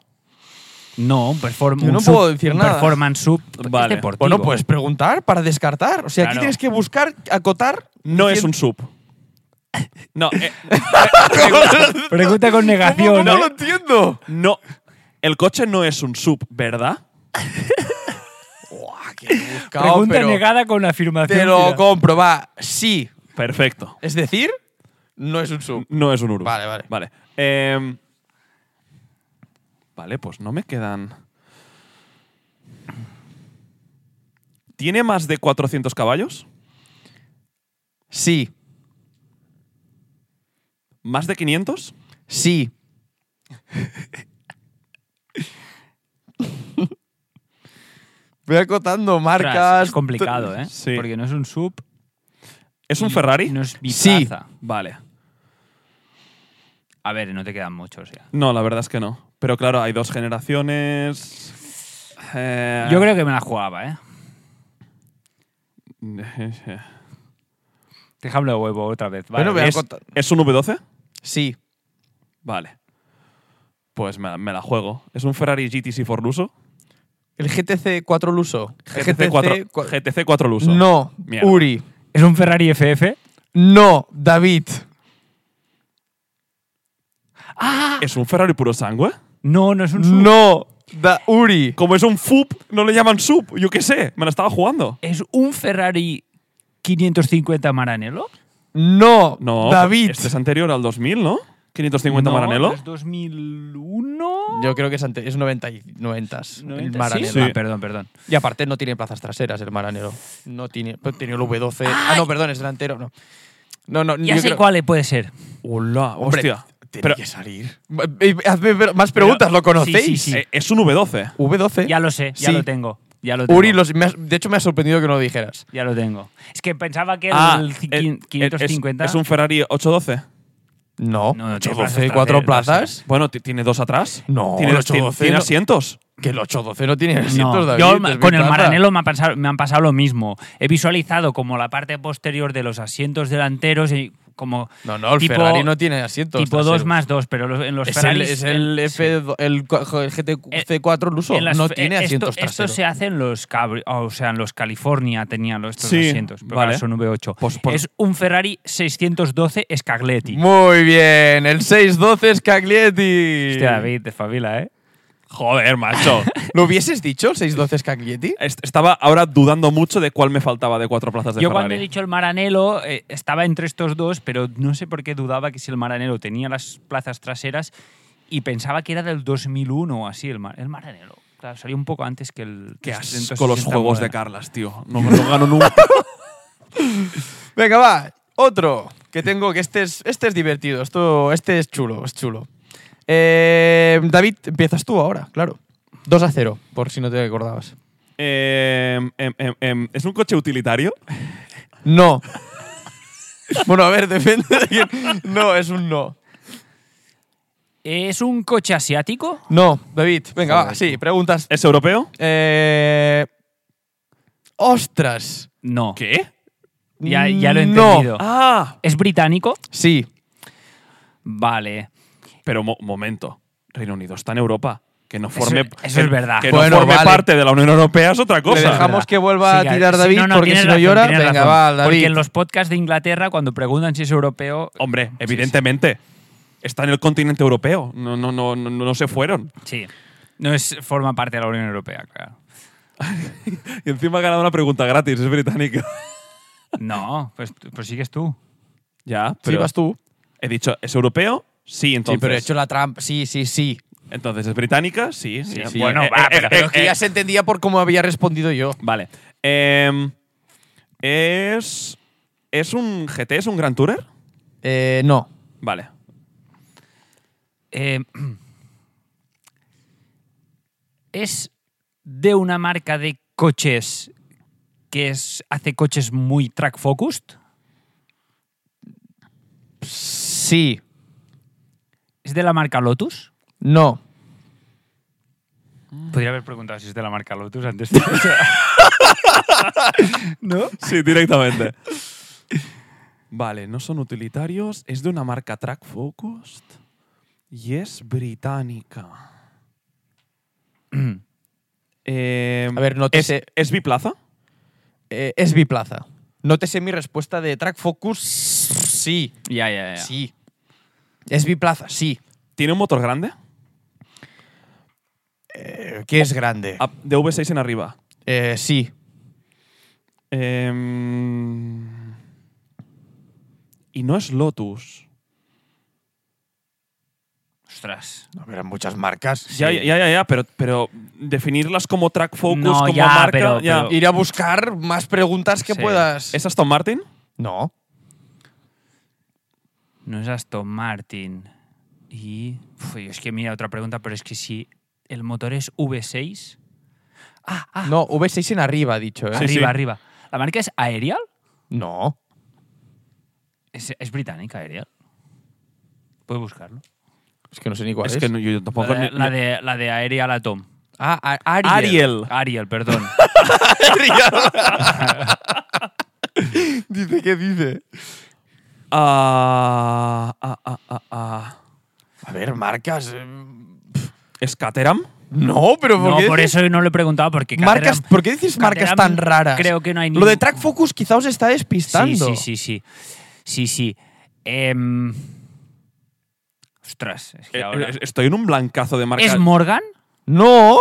No, un performance.
Yo no puedo decir nada.
Performance sub es
Vale.
deportivo.
Bueno, pues puedes preguntar para descartar. O sea, aquí
Claro.
tienes que buscar, acotar.
No es
diciendo-
un sub. No, eh,
Pregunta con
¿Cómo,
negación.
cómo
¿eh?
lo entiendo?
no. El coche no es un sub, ¿verdad?
Buah, qué rebuscado,
Pregunta
pero
negada con afirmación.
Te lo
tira.
compro, va. Sí.
Perfecto.
Es decir, no es un sub.
No es un Urus.
Vale, vale.
Vale, Em, vale, pues no me quedan. ¿Tiene más de 400 caballos?
Sí.
¿Más de 500?
Sí. Voy acotando
Ostras,
marcas.
es complicado, ¿eh?
Sí.
Porque no es un sub.
¿Es un
y
Ferrari?
No es
Sí.
biplaza.
Vale.
A ver, no te quedan muchos ya.
No, la verdad es que no. Pero claro, hay dos generaciones. Eh,
Yo creo que me la jugaba, ¿eh? Déjame el huevo otra vez. Vale.
Bueno, voy a
¿Es,
acotar.
¿Es un V12?
Sí.
Vale. Pues me, la- me la juego. ¿Es un Ferrari GTC Forluso?
El GTC 4 Luso.
GTC 4,
cua-
GTC 4 Luso.
No.
Mierda.
Uri.
¿Es un Ferrari FF?
No. David.
¡Ah!
¿Es un Ferrari puro sangue?
No, no es un sub.
No. Da Uri.
Como es un FUP, no le llaman SUP. Yo qué sé, me la estaba jugando.
¿Es un Ferrari 550 Maranello?
No.
No,
David.
Este es anterior al 2000, ¿no? 550
No,
Maranello.
¿Es 2001?
Yo creo que es, ante- es 90 y 90s. El
90,
Maranello.
¿sí?
Sí.
Ah, perdón, perdón.
Y aparte no tiene plazas traseras el Maranero. No tiene. pero Tiene el V12. Ah, no, perdón, es delantero. No. No, no,
Ya
yo
sé
creo-
cuál puede ser.
Hola,
Hombre,
hostia.
tiene
Pero,
que salir. Eh, eh, Hazme ver- más preguntas, ¿lo conocéis?
sí, sí, sí.
eh, es un V12.
V12.
Ya lo sé, ya
Sí.
lo tengo. Ya lo tengo.
Uri, los- me has- de hecho me ha sorprendido que no lo dijeras.
Ya lo tengo. Es que pensaba que
Ah,
el
eh,
ci-
eh,
quin- 550.
Es, es un Ferrari 812.
No.
No, no tiene
812,
plazas
cuatro
traseras,
plazas.
Bueno, ti- tiene dos atrás.
No,
tiene,
el 812
tiene
no.
asientos.
Que el 812 no tiene asientos,
No,
David.
yo
es
ma-
mi
con el
plaza.
Maranello me, ha pasado- me han pasado lo mismo. He visualizado como la parte posterior de los asientos delanteros y como
No, no, el
tipo-
Ferrari no tiene asientos.
tipo 2
traseros.
más 2, pero los- en los
Es el,
Ferraris...
es el,
en- sí.
F, el, co- el GTC4 Luso.
En las-
No
eh,
tiene
esto-
asientos
Esto
traseros.
se hace en los, cabri- o sea, en los California tenían los- estos
Sí,
asientos, pero
vale.
ahora son V8.
Pues- pues-
es un Ferrari 612 Scaglietti.
Muy bien, el 612 es Caglietti.
Hostia, David, de favila, ¿eh?
Joder, macho.
¿Lo hubieses dicho, el 612 Scaglietti?
Est- Estaba ahora dudando mucho de cuál me faltaba de cuatro plazas de
Yo cuando he
Ferrari.
dicho el Maranello eh, estaba entre estos dos, pero no sé por qué dudaba que si el Maranello tenía las plazas traseras y pensaba que era del 2001 o así el, Mar- el Maranello. Claro, salió un poco antes que el...
Qué
360
asco los juegos de
moderno.
Carlas, tío. No, no gano nunca.
Venga, va, otro que tengo, que este es, este es divertido, esto, este es chulo, es chulo. Eh, David, empiezas tú ahora, claro. 2 a 0, por si no te acordabas.
Em, em, em, em, ¿Es un coche utilitario?
No. bueno, a ver, depende de quién. No, es un no.
¿Es un coche asiático?
No, David, venga, va, sí, preguntas.
¿Es europeo?
Eh, ostras.
No.
¿Qué?
Ya, ya lo he
No.
entendido.
Ah,
¿Es británico?
Sí,
Vale.
pero mo- momento. Reino Unido está en Europa. Que no
Eso-
forme,
eso
que-
es verdad.
Que
Bueno,
no forme
vale.
parte de la Unión Europea es otra cosa.
Le dejamos
Verdad.
que vuelva
Sí,
a tirar
sí,
David, porque
tienes
si no llora,
tienes
venga, va, David.
Porque en los podcasts de Inglaterra, cuando preguntan si es europeo,
Hombre, evidentemente. Está en el continente europeo. No, no, no, no, no se fueron.
sí. No es, forma parte de la Unión Europea, claro.
Y encima ha ganado una pregunta gratis. Es británica.
No, pues, pues sigues tú.
ya,
Sí,
pero
vas tú.
he dicho, ¿es europeo? Sí, entonces.
sí, pero he hecho la trampa. Sí, sí, sí. Eh,
Entonces, ¿es británica? Sí. eh,
Sí,
ya.
sí. Bueno, va, pero-
Pero es que ya se entendía por cómo había respondido yo.
Vale. Em, es. ¿Es un GT? ¿Es un Gran Tourer?
Eh, no.
Vale.
Eh, es de una marca de coches que es, hace coches muy track focused.
Sí.
¿Es de la marca Lotus?
No.
Podría haber preguntado si es de la marca Lotus antes. de- ¿No?
Sí, directamente. vale, no son utilitarios. Es de una marca Track Focused y es británica. Eh,
A ver, no te
¿es,
sé.
¿Es biplaza?
Eh, es biplaza. No te sé mi respuesta de Track Focus. Sí.
Ya, ya, ya.
Sí. Es biplaza, sí.
¿Tiene un motor grande?
Eh, que es grande.
Ah, De V6 en arriba.
Eh, sí.
Em, y no es Lotus.
Ostras.
No, pero muchas marcas.
Ya, ya, ya, ya, pero, pero definirlas como track focus,
No,
como
ya,
marca.
pero-
ya.
pero-
Ir a buscar más preguntas que
Sí.
puedas.
¿Es Aston Martin?
No.
No es Aston Martin. Y. Uf, es que mira otra pregunta, pero es que si el motor es V6. Ah, ah,
No, V6 en arriba, ha dicho, ¿eh?
Sí,
arriba,
sí.
arriba. ¿La marca es Aerial?
No.
¿Es, es británica Aerial? Puedes buscarlo.
Es que no sé ni cuál es.
Es que no, yo tampoco.
La de, la de, la de Aerial Atom.
Ah, a-
Ariel.
Ariel, perdón.
dice que dice.
Ah, ah, ah, ah, ah.
A ver, marcas. eh,
¿Es Caterham?
No, pero ¿por
no,
qué
por
dices
eso no lo he preguntado, porque
Marcas,
Caterham-
¿Por qué dices marcas tan
Caterham
raras?
Creo que no hay
Lo de
ningún-
Track Focus quizá os está
Sí,
despistando.
sí, sí, sí. Sí, sí. Em, ostras, es que
Eh,
ahora.
eh, Estoy en un blancazo de marcas.
¿Es Morgan?
No.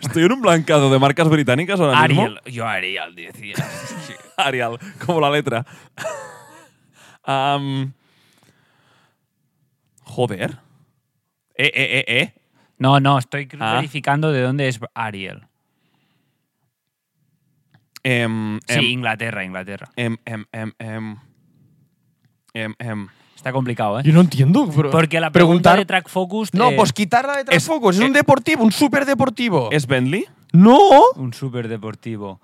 Estoy en un blancado de marcas británicas ahora mismo.
Ariel. Yo Ariel decía. Sí.
Ariel, como la letra. Am, joder. Eh, eh, eh, eh.
No, no, estoy
Ah.
verificando de dónde es Ariel.
Em,
Sí,
em,
Inglaterra, Inglaterra.
em, em, em, em. Em, em.
Está complicado, ¿eh?
Yo no entiendo. pero-
Porque la pregunta
preguntar.
de Track Focus.
No,
eh,
pues quitarla de Track
es-
Focus. Es un
eh,
deportivo, un súper deportivo.
¿Es Bentley?
No.
Un súper deportivo.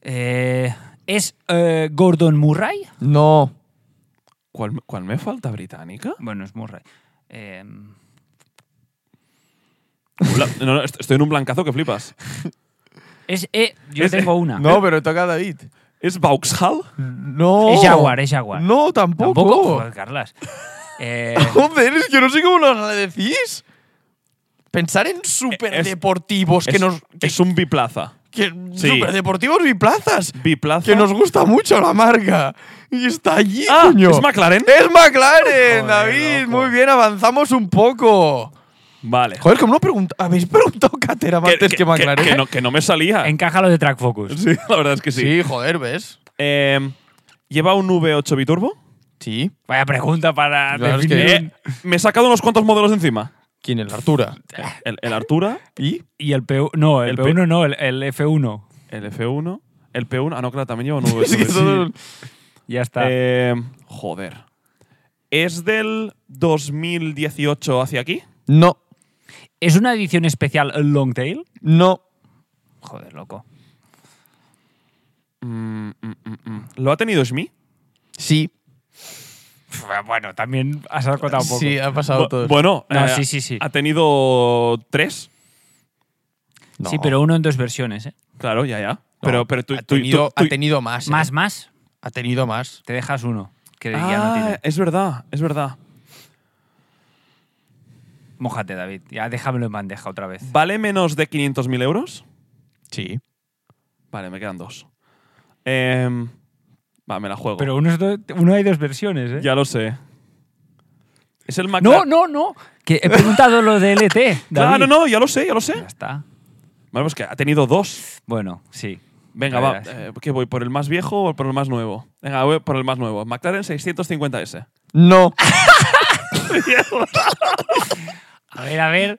¿Es eh, Gordon Murray?
No.
¿Cuál, cuál me falta británica?
Bueno, es Murray. Em,
Hola, no, no, est- estoy en un blancazo que flipas.
es, eh, yo
Es-
tengo una.
No, pero toca a David.
¿Es Vauxhall?
No.
Es Jaguar, es Jaguar.
No, tampoco.
Tampoco. Joder, Carlas. Eh,
Joder, es que no sé cómo lo decís. Pensar en superdeportivos que
es,
nos. Que,
es un biplaza.
que
sí.
Superdeportivos y plazas.
Biplaza.
Que nos gusta mucho la marca. Y está allí,
ah,
coño.
¿Es McLaren?
Es McLaren,
Joder,
David.
loco.
Muy bien, avanzamos un poco.
Vale.
Joder, como no pregunta habéis preguntado Caterham antes que, McLaren.
que no, que no me salía.
encaja lo de Track Focus.
Sí, la verdad es que sí.
sí, joder, ¿ves?
Eh, ¿Lleva un V8 biturbo?
Sí.
Vaya pregunta para
Claro, es que-
definir.
Eh, me he sacado unos cuantos modelos encima.
¿Quién es Artura?
El, el Artura,
¿Y?
Y el P1, no, el,
El
P1 no, el, el F1.
el F1, el P1. Ah, no, claro, también lleva un V8.
Es que
pues Sí.
son-
Ya está.
Eh, joder. ¿Es del 2018 hacia aquí?
No,
¿Es una edición especial Longtail?
no.
Joder, loco.
Mm, mm, mm, mm. ¿Lo ha tenido Schmi?
Sí.
Pf, Bueno, también has acotado un poco.
Sí, ha pasado
Bu-
todo.
Bueno,
No,
eh,
sí, sí, sí.
ha tenido tres.
No.
Sí, pero uno en dos versiones, ¿eh?
Claro, ya, ya.
No,
pero, pero tú,
ha,
tú-
tenido,
tú-
ha tenido más. ¿eh?
Más, más,
Ha tenido más.
te dejas uno. Que ya no
Ah,
tiene.
es verdad, es verdad.
Mójate, David. Ya déjamelo en bandeja otra vez.
¿Vale menos de 500.000 euros?
Sí.
Vale, me quedan dos. Em, va, me la juego.
Pero uno, es do- uno hay dos versiones, ¿eh? Ah,
ya lo sé. Es el
No,
McLaren.
no, no. Que he preguntado lo de LT. David.
Claro, no, ya lo sé, ya lo
Ya
sé.
está.
Vale, pues que ha tenido dos.
Bueno, sí.
Venga,
Ya
va.
verás.
eh, ¿Qué voy? ¿Por el más viejo o por el más nuevo? Venga, voy por el más nuevo. McLaren 650S.
No.
A ver, a ver.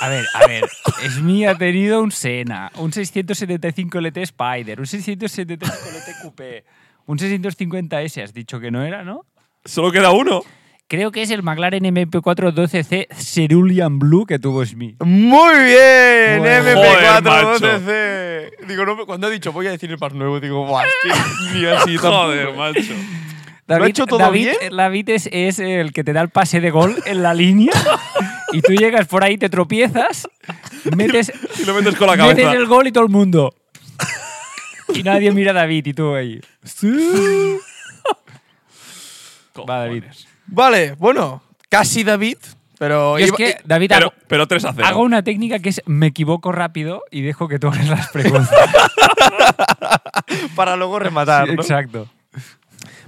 A ver, a ver. SMI ha tenido un Sena, un 675 LT Spider, un 675 LT Coupé, un 650S, has dicho que no era, ¿no?
Solo queda uno.
Creo que es el McLaren MP4 12C Cerulean Blue que tuvo SMI.
Muy bien.
Bueno.
MP4
Joder,
12C. Digo, no, cuando he dicho voy a decir el más nuevo, digo, guau, es que ni así tampoco.
Joder, macho.
ha hecho todo
David,
bien?
eh, David es, es el que te da el pase de gol en la línea y tú llegas por ahí, te tropiezas, metes,
Y lo metes con la
metes
cabeza.
el gol y todo el mundo. Y nadie mira a David y tú ahí. Va, David.
Vale, bueno, casi David, pero...
Yo es
iba-
que, David,
Pero,
hago,
pero 3 a 0.
hago una técnica que es me equivoco rápido y dejo que toques las preguntas.
Para luego rematar, ¿no?
Exacto.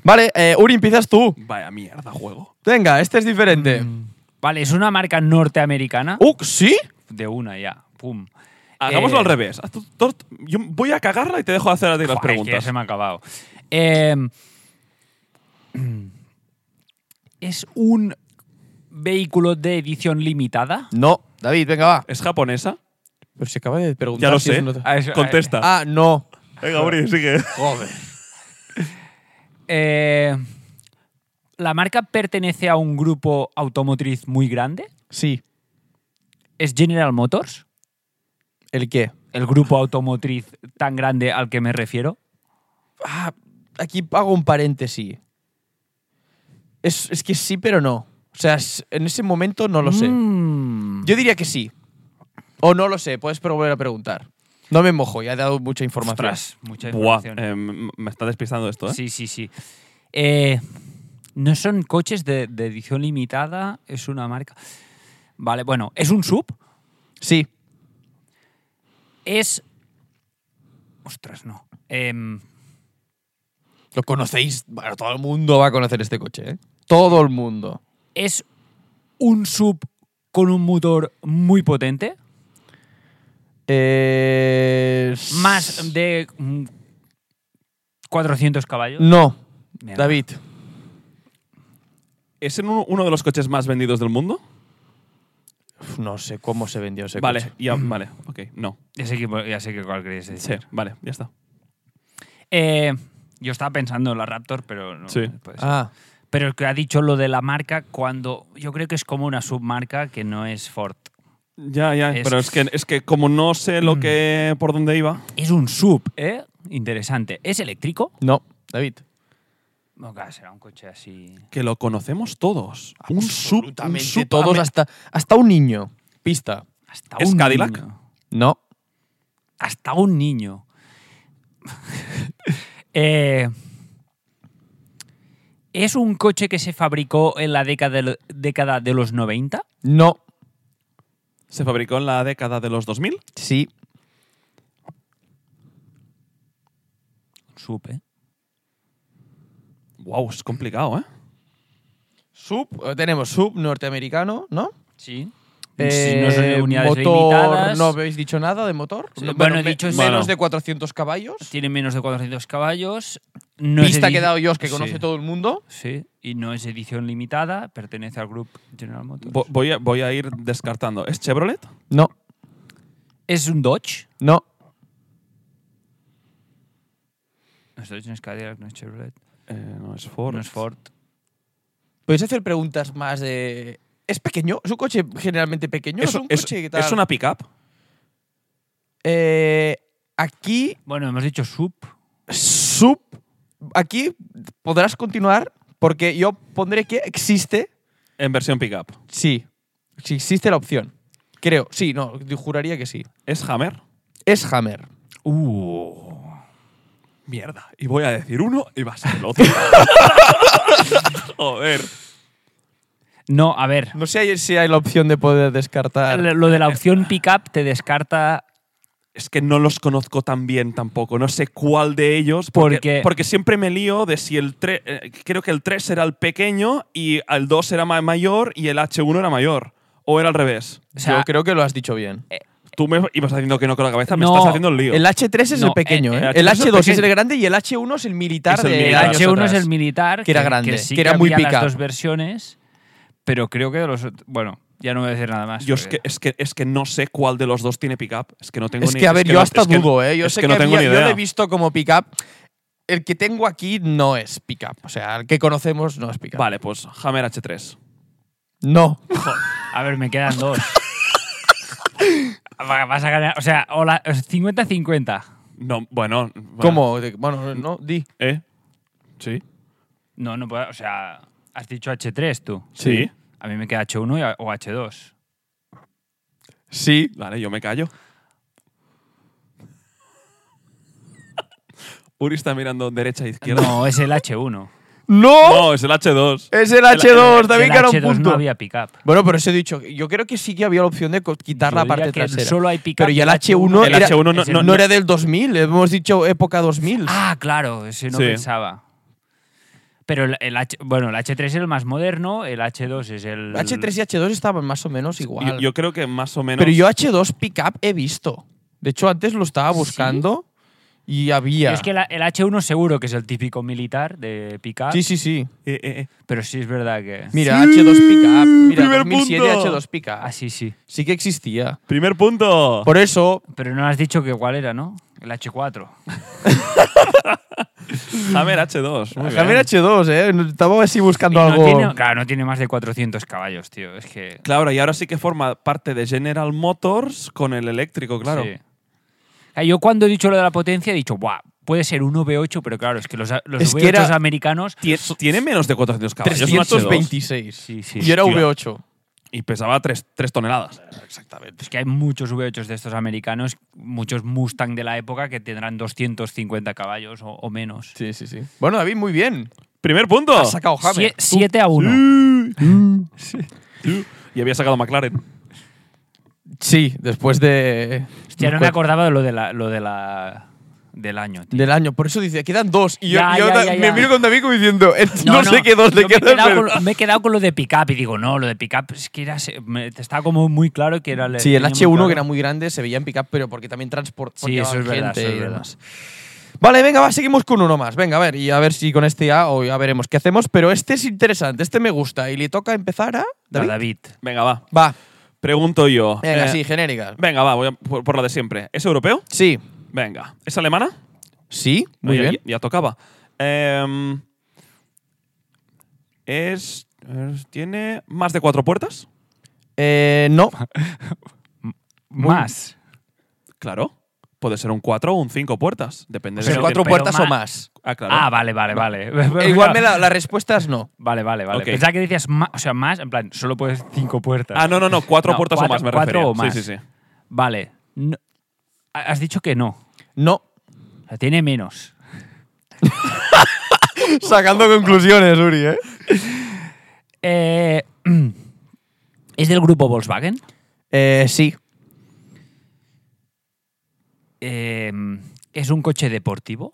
Vale, eh, Uri, empiezas tú.
Vaya mierda, juego.
Venga, este es diferente.
Vale, es una marca norteamericana.
Uh, ¿sí?
De una ya. Pum.
Hagámoslo
Eh,
al revés. Haz tú- tú- Yo voy a cagarla y te dejo hacer a ti las
Buah, es que
preguntas.
se me ha acabado. Eh, es un vehículo de edición limitada.
No, David, venga, va.
¿Es japonesa?
Pero se acaba de preguntar
Ya lo
si es
sé.
nota-
Ah, es-
Contesta.
Ah, no.
Venga, Uri, sigue.
Eh, la marca pertenece a un grupo automotriz muy grande.
Sí.
Es General Motors,
¿El qué?
el grupo automotriz tan grande al que me refiero.
Ah, aquí hago un paréntesis. Es, es que sí, pero no. O sea, es- en ese momento no lo sé.
Mm.
Yo diría que sí. O no lo sé, puedes volver a preguntar. No me mojo, ya he dado mucha información.
Ostras, mucha
Buah,
información.
eh, m- me está despistando esto, ¿eh?
Sí, sí, sí. Eh, no son coches de, de edición limitada, es una marca. Vale, bueno, es un sub.
Sí.
Es. Ostras, no. Em,
Lo conocéis. Bueno, todo el mundo va a conocer este coche, ¿eh? Todo el mundo.
es un sub con un motor muy potente,
Eh,
más de mm, 400 caballos.
Mm.
No.
Mierda.
David.
¿Es en un- uno de los coches más vendidos del mundo?
Uf, No sé cómo se vendió ese
vale,
coche.
ya, vale, ok, no.
Ya sé que, ya sé que cuál queréis
Sí,
decir.
vale, ya está.
Eh, yo estaba pensando en la Raptor, pero no.
Sí.
puede ser.
Ah,
Pero el que ha dicho lo de la marca cuando yo creo que es como una submarca que no es Ford.
Ya, ya,
Es- Mm.
pero es que, es que como no sé lo que por dónde iba,
Es un sub, ¿eh? Interesante. ¿Es eléctrico?
no. David.
No, claro, será un coche así.
que lo conocemos todos. Un sub, un
Absolutamente
sub
todos,
ame-
hasta, hasta un niño. Pista.
Hasta
¿Es
un
Cadillac?
niño.
No.
Hasta un niño. Eh, ¿Es un coche que se fabricó en la década de, lo- década de los 90?
No.
se fabricó en la década de los 2000.
Sí.
Un sub, ¿eh?
Wow, es complicado, ¿eh?
Sub. eh, Tenemos sub norteamericano, ¿no?
Sí. si
Eh,
no son de unidades
motor,
limitadas,
no habéis dicho nada de motor.
Sí,
No,
bueno, he dicho
sí.
menos
Bueno.
de 400 caballos.
tiene menos de 400 caballos. No es
Pista
de
que he
dieci-
dado yo, es que conoce
Sí.
todo el mundo.
Sí, y no es edición limitada, pertenece al grupo General Motors.
Vo- voy, a, voy a ir descartando. ¿Es Chevrolet?
No,
¿Es un Dodge?
no,
No es Dodge, no es Cadillac, no es Chevrolet,
Eh, no es Ford.
no es Ford.
Podéis hacer preguntas más de. ¿Es pequeño? ¿Es un coche generalmente pequeño? ¿Es,
Es,
un
es-
coche que tal?
es una pickup.
Eh, aquí,
Bueno, hemos dicho sub.
sub. Aquí podrás continuar porque yo pondré que existe.
En versión pickup.
Sí. Si existe la opción. Creo. Sí, no, yo juraría que sí.
¿Es Hammer?
Es Hammer.
Uh.
Mierda. Y voy a decir uno y va a ser el otro. Joder.
No, a ver.
No sé hay- si hay la opción de poder descartar.
Lo de la opción pickup te descarta.
Es que no los conozco tan bien tampoco. No sé cuál de ellos. Porque,
Porque-
porque siempre me lío de si el 3. creo que el 3 era el pequeño y el 2 era ma- mayor y el H1 era mayor. O era al revés.
O sea,
yo creo que lo has dicho bien.
Tú me ibas haciendo que no con la cabeza, me
No,
estás haciendo el lío.
El H3 es
No,
el pequeño,
el-
¿eh?
el
El,
H3 es el
H2 es el
pequeño.
grande y el H1 es el militar
Es el
de
militar.
el
años
H1
atrás.
es el militar.
Que era grande,
sí
que era muy
había las
pickup.
dos versiones, pero creo que de los. ot- Bueno, ya no voy a decir nada más.
Yo es
porque-
que, es, que, es que no sé cuál de los dos tiene pickup. Es que no tengo
Es
ni
que, a ver, yo
no-
hasta
es que-
dudo, ¿eh? Yo
es
sé
que
que,
no tengo
había-
ni
yo lo
idea.
he visto como pick-up. El que tengo aquí no es pick-up. O sea, el que conocemos no es pick-up.
Vale, pues Hammer H3.
No.
A ver, me quedan dos. Va- Vas a ganar. O sea, hola, 50-50.
No, bueno. bueno,
¿Cómo? De- Bueno, no, di.
¿Eh? Sí.
No, no puedo. O sea, has dicho H3 tú.
Sí.
A mí me queda H1 y a- o H2.
Sí.
Vale, yo me callo. Uri está mirando derecha e izquierda.
No, es el H1.
¡No!
No, es el H2.
Es el H2, David
el
gana un
H2
punto.
no había pickup.
Bueno, por eso he dicho, yo creo que sí que había la opción de co- quitar
Yo
la
diría
parte
que
trasera.
solo hay pickup
Pero ya el
y
H1,
El
era,
H1 no-
ese
no-
era del 2000, hemos dicho época 2000.
Ah, claro, ese no
Sí.
pensaba. Pero el, el H, bueno, el H3 es el más moderno, el H2 es el.
H3 y H2 estaban más o menos igual.
Yo, yo creo que más o menos.
Pero yo H2 pickup he visto. De hecho, antes lo estaba buscando y había.
Es que la- el H1 seguro que es el típico militar de pickup,
Sí, sí, sí.
Eh, eh, eh.
pero sí es verdad que.
Mira,
Sí,
H2 pickup. Mira,
primer
2007
punto.
H2 pickup.
Ah, sí, sí.
Sí que existía.
Primer
Oh.
punto.
Por eso,
Pero no has dicho que cuál era, ¿no? El H4.
Pues-
Hammer H2. Muy
Javier
bien.
H2, ¿eh? Estaba así buscando
Y no
algo.
tiene- claro, no tiene más de 400 caballos, tío. Es que.
Claro, y ahora sí que forma parte de General Motors con el eléctrico, claro.
sí. Ah, Yo cuando he dicho lo de la potencia he dicho, ¡buah! Puede ser un V8, pero claro, es que los, los
Es
V8
que era-
americanos.
Tie- Tiene menos de 400 caballos. un H2.
326.
Sí, sí.
Y era
Hostia.
V8.
Y pesaba 3, toneladas. Exactamente.
Es que hay muchos V8 de estos americanos, muchos Mustang de la época que tendrán 250 caballos o, o menos.
Sí, sí, sí. Bueno, David, muy bien.
Primer punto.
Oh.
Has sacado Hammer.
7 a 1.
Y había sacado McLaren.
Sí, después de.
Ya no me
después
acordaba de lo de la, lo de la del año. tío.
Del año. Por eso dice, quedan dos. Y yo,
Ya,
yo
ya,
da-
ya,
me
ya.
miro con David como diciendo, "Eh, no, sé qué dos le
yo me he
quedan.
quedado
pero-
con- Me he quedado con lo de pickup y digo, no, lo de pickup es que era, se- me- te estaba como muy claro que era
Sí, el
tenía muy
H1
claro.
que era muy grande se veía en pickup, pero porque también transportaba
Sí, eso es verdad,
gente
eso es
y
verdad.
demás. Vale, venga, va, seguimos con uno más. Venga, a ver, y a ver si con este ya, o ya veremos qué hacemos. Pero este es interesante, este me gusta. Y le toca empezar a.
A
David.
David.
Venga, va.
Va,
Pregunto yo.
venga,
Eh,
sí, genérica.
Venga, va, voy a- por, por la de siempre. ¿Es europeo?
Sí,
Venga. ¿Es alemana?
sí, muy
Ya-
bien.
Ya, ya tocaba. Em, es, es- ¿Tiene más de cuatro puertas?
Eh, no,
Más.
Claro. Puede ser un cuatro o un cinco puertas. Depende
O
de
sea,
si
cuatro
tiene-
pero
puertas o
ma-
más.
Ah, claro.
Ah, vale, vale, vale.
Igual me la, la respuesta es no.
Vale, vale, vale.
Ok.
Pensaba que decías más, o sea, más, en plan, solo puedes cinco puertas.
Ah, no, no, no. Cuatro
No,
puertas
cuatro-
o más, me
cuatro
refería.
o más.
Sí, sí, sí.
Vale. No- has dicho que no.
No.
O sea, tiene menos.
Sacando conclusiones, Uri, ¿eh?
Eh, ¿Es del grupo Volkswagen?
sí.
Eh, ¿Es un coche deportivo?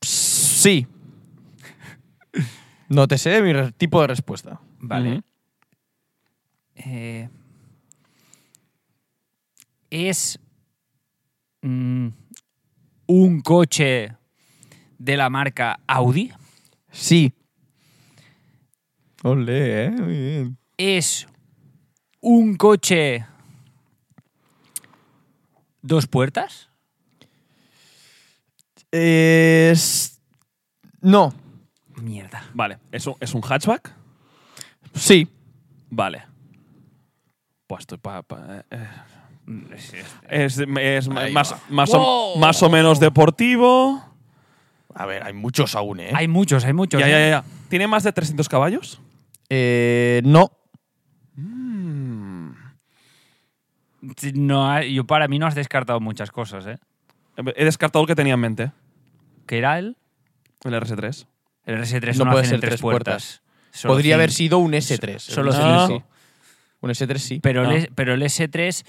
Sí. No te sé mi re- tipo de respuesta.
Vale.
Ujú.
Eh, ¿Es mm, un coche de la marca Audi?
Sí. Ole, ¿eh? Muy bien.
¿Es un coche dos puertas?
Es- No.
Mierda.
Vale. ¿Es un, es un hatchback?
Sí.
Vale. Pues estoy pa- pa- eh, Es, eh. es ma- más, más, o,
¡Wow!
más o menos deportivo.
A ver, hay muchos aún, ¿eh?
Hay muchos, hay muchos.
Ya,
¿eh?
ya, ya, ya. ¿Tiene más de 300 caballos?
Eh, no.
No, ha- yo para mí no has descartado muchas cosas, ¿eh?
He descartado el que tenía en mente,
Que era el,
el RS3.
el RS3
No
no, lo
puede
hacen
ser
en tres
tres
puertas. Solo
Podría
cin-
haber sido un S3.
solo
Sí,
cinco.
sí. Un S3 sí.
Pero,
Ah.
el, pero el S3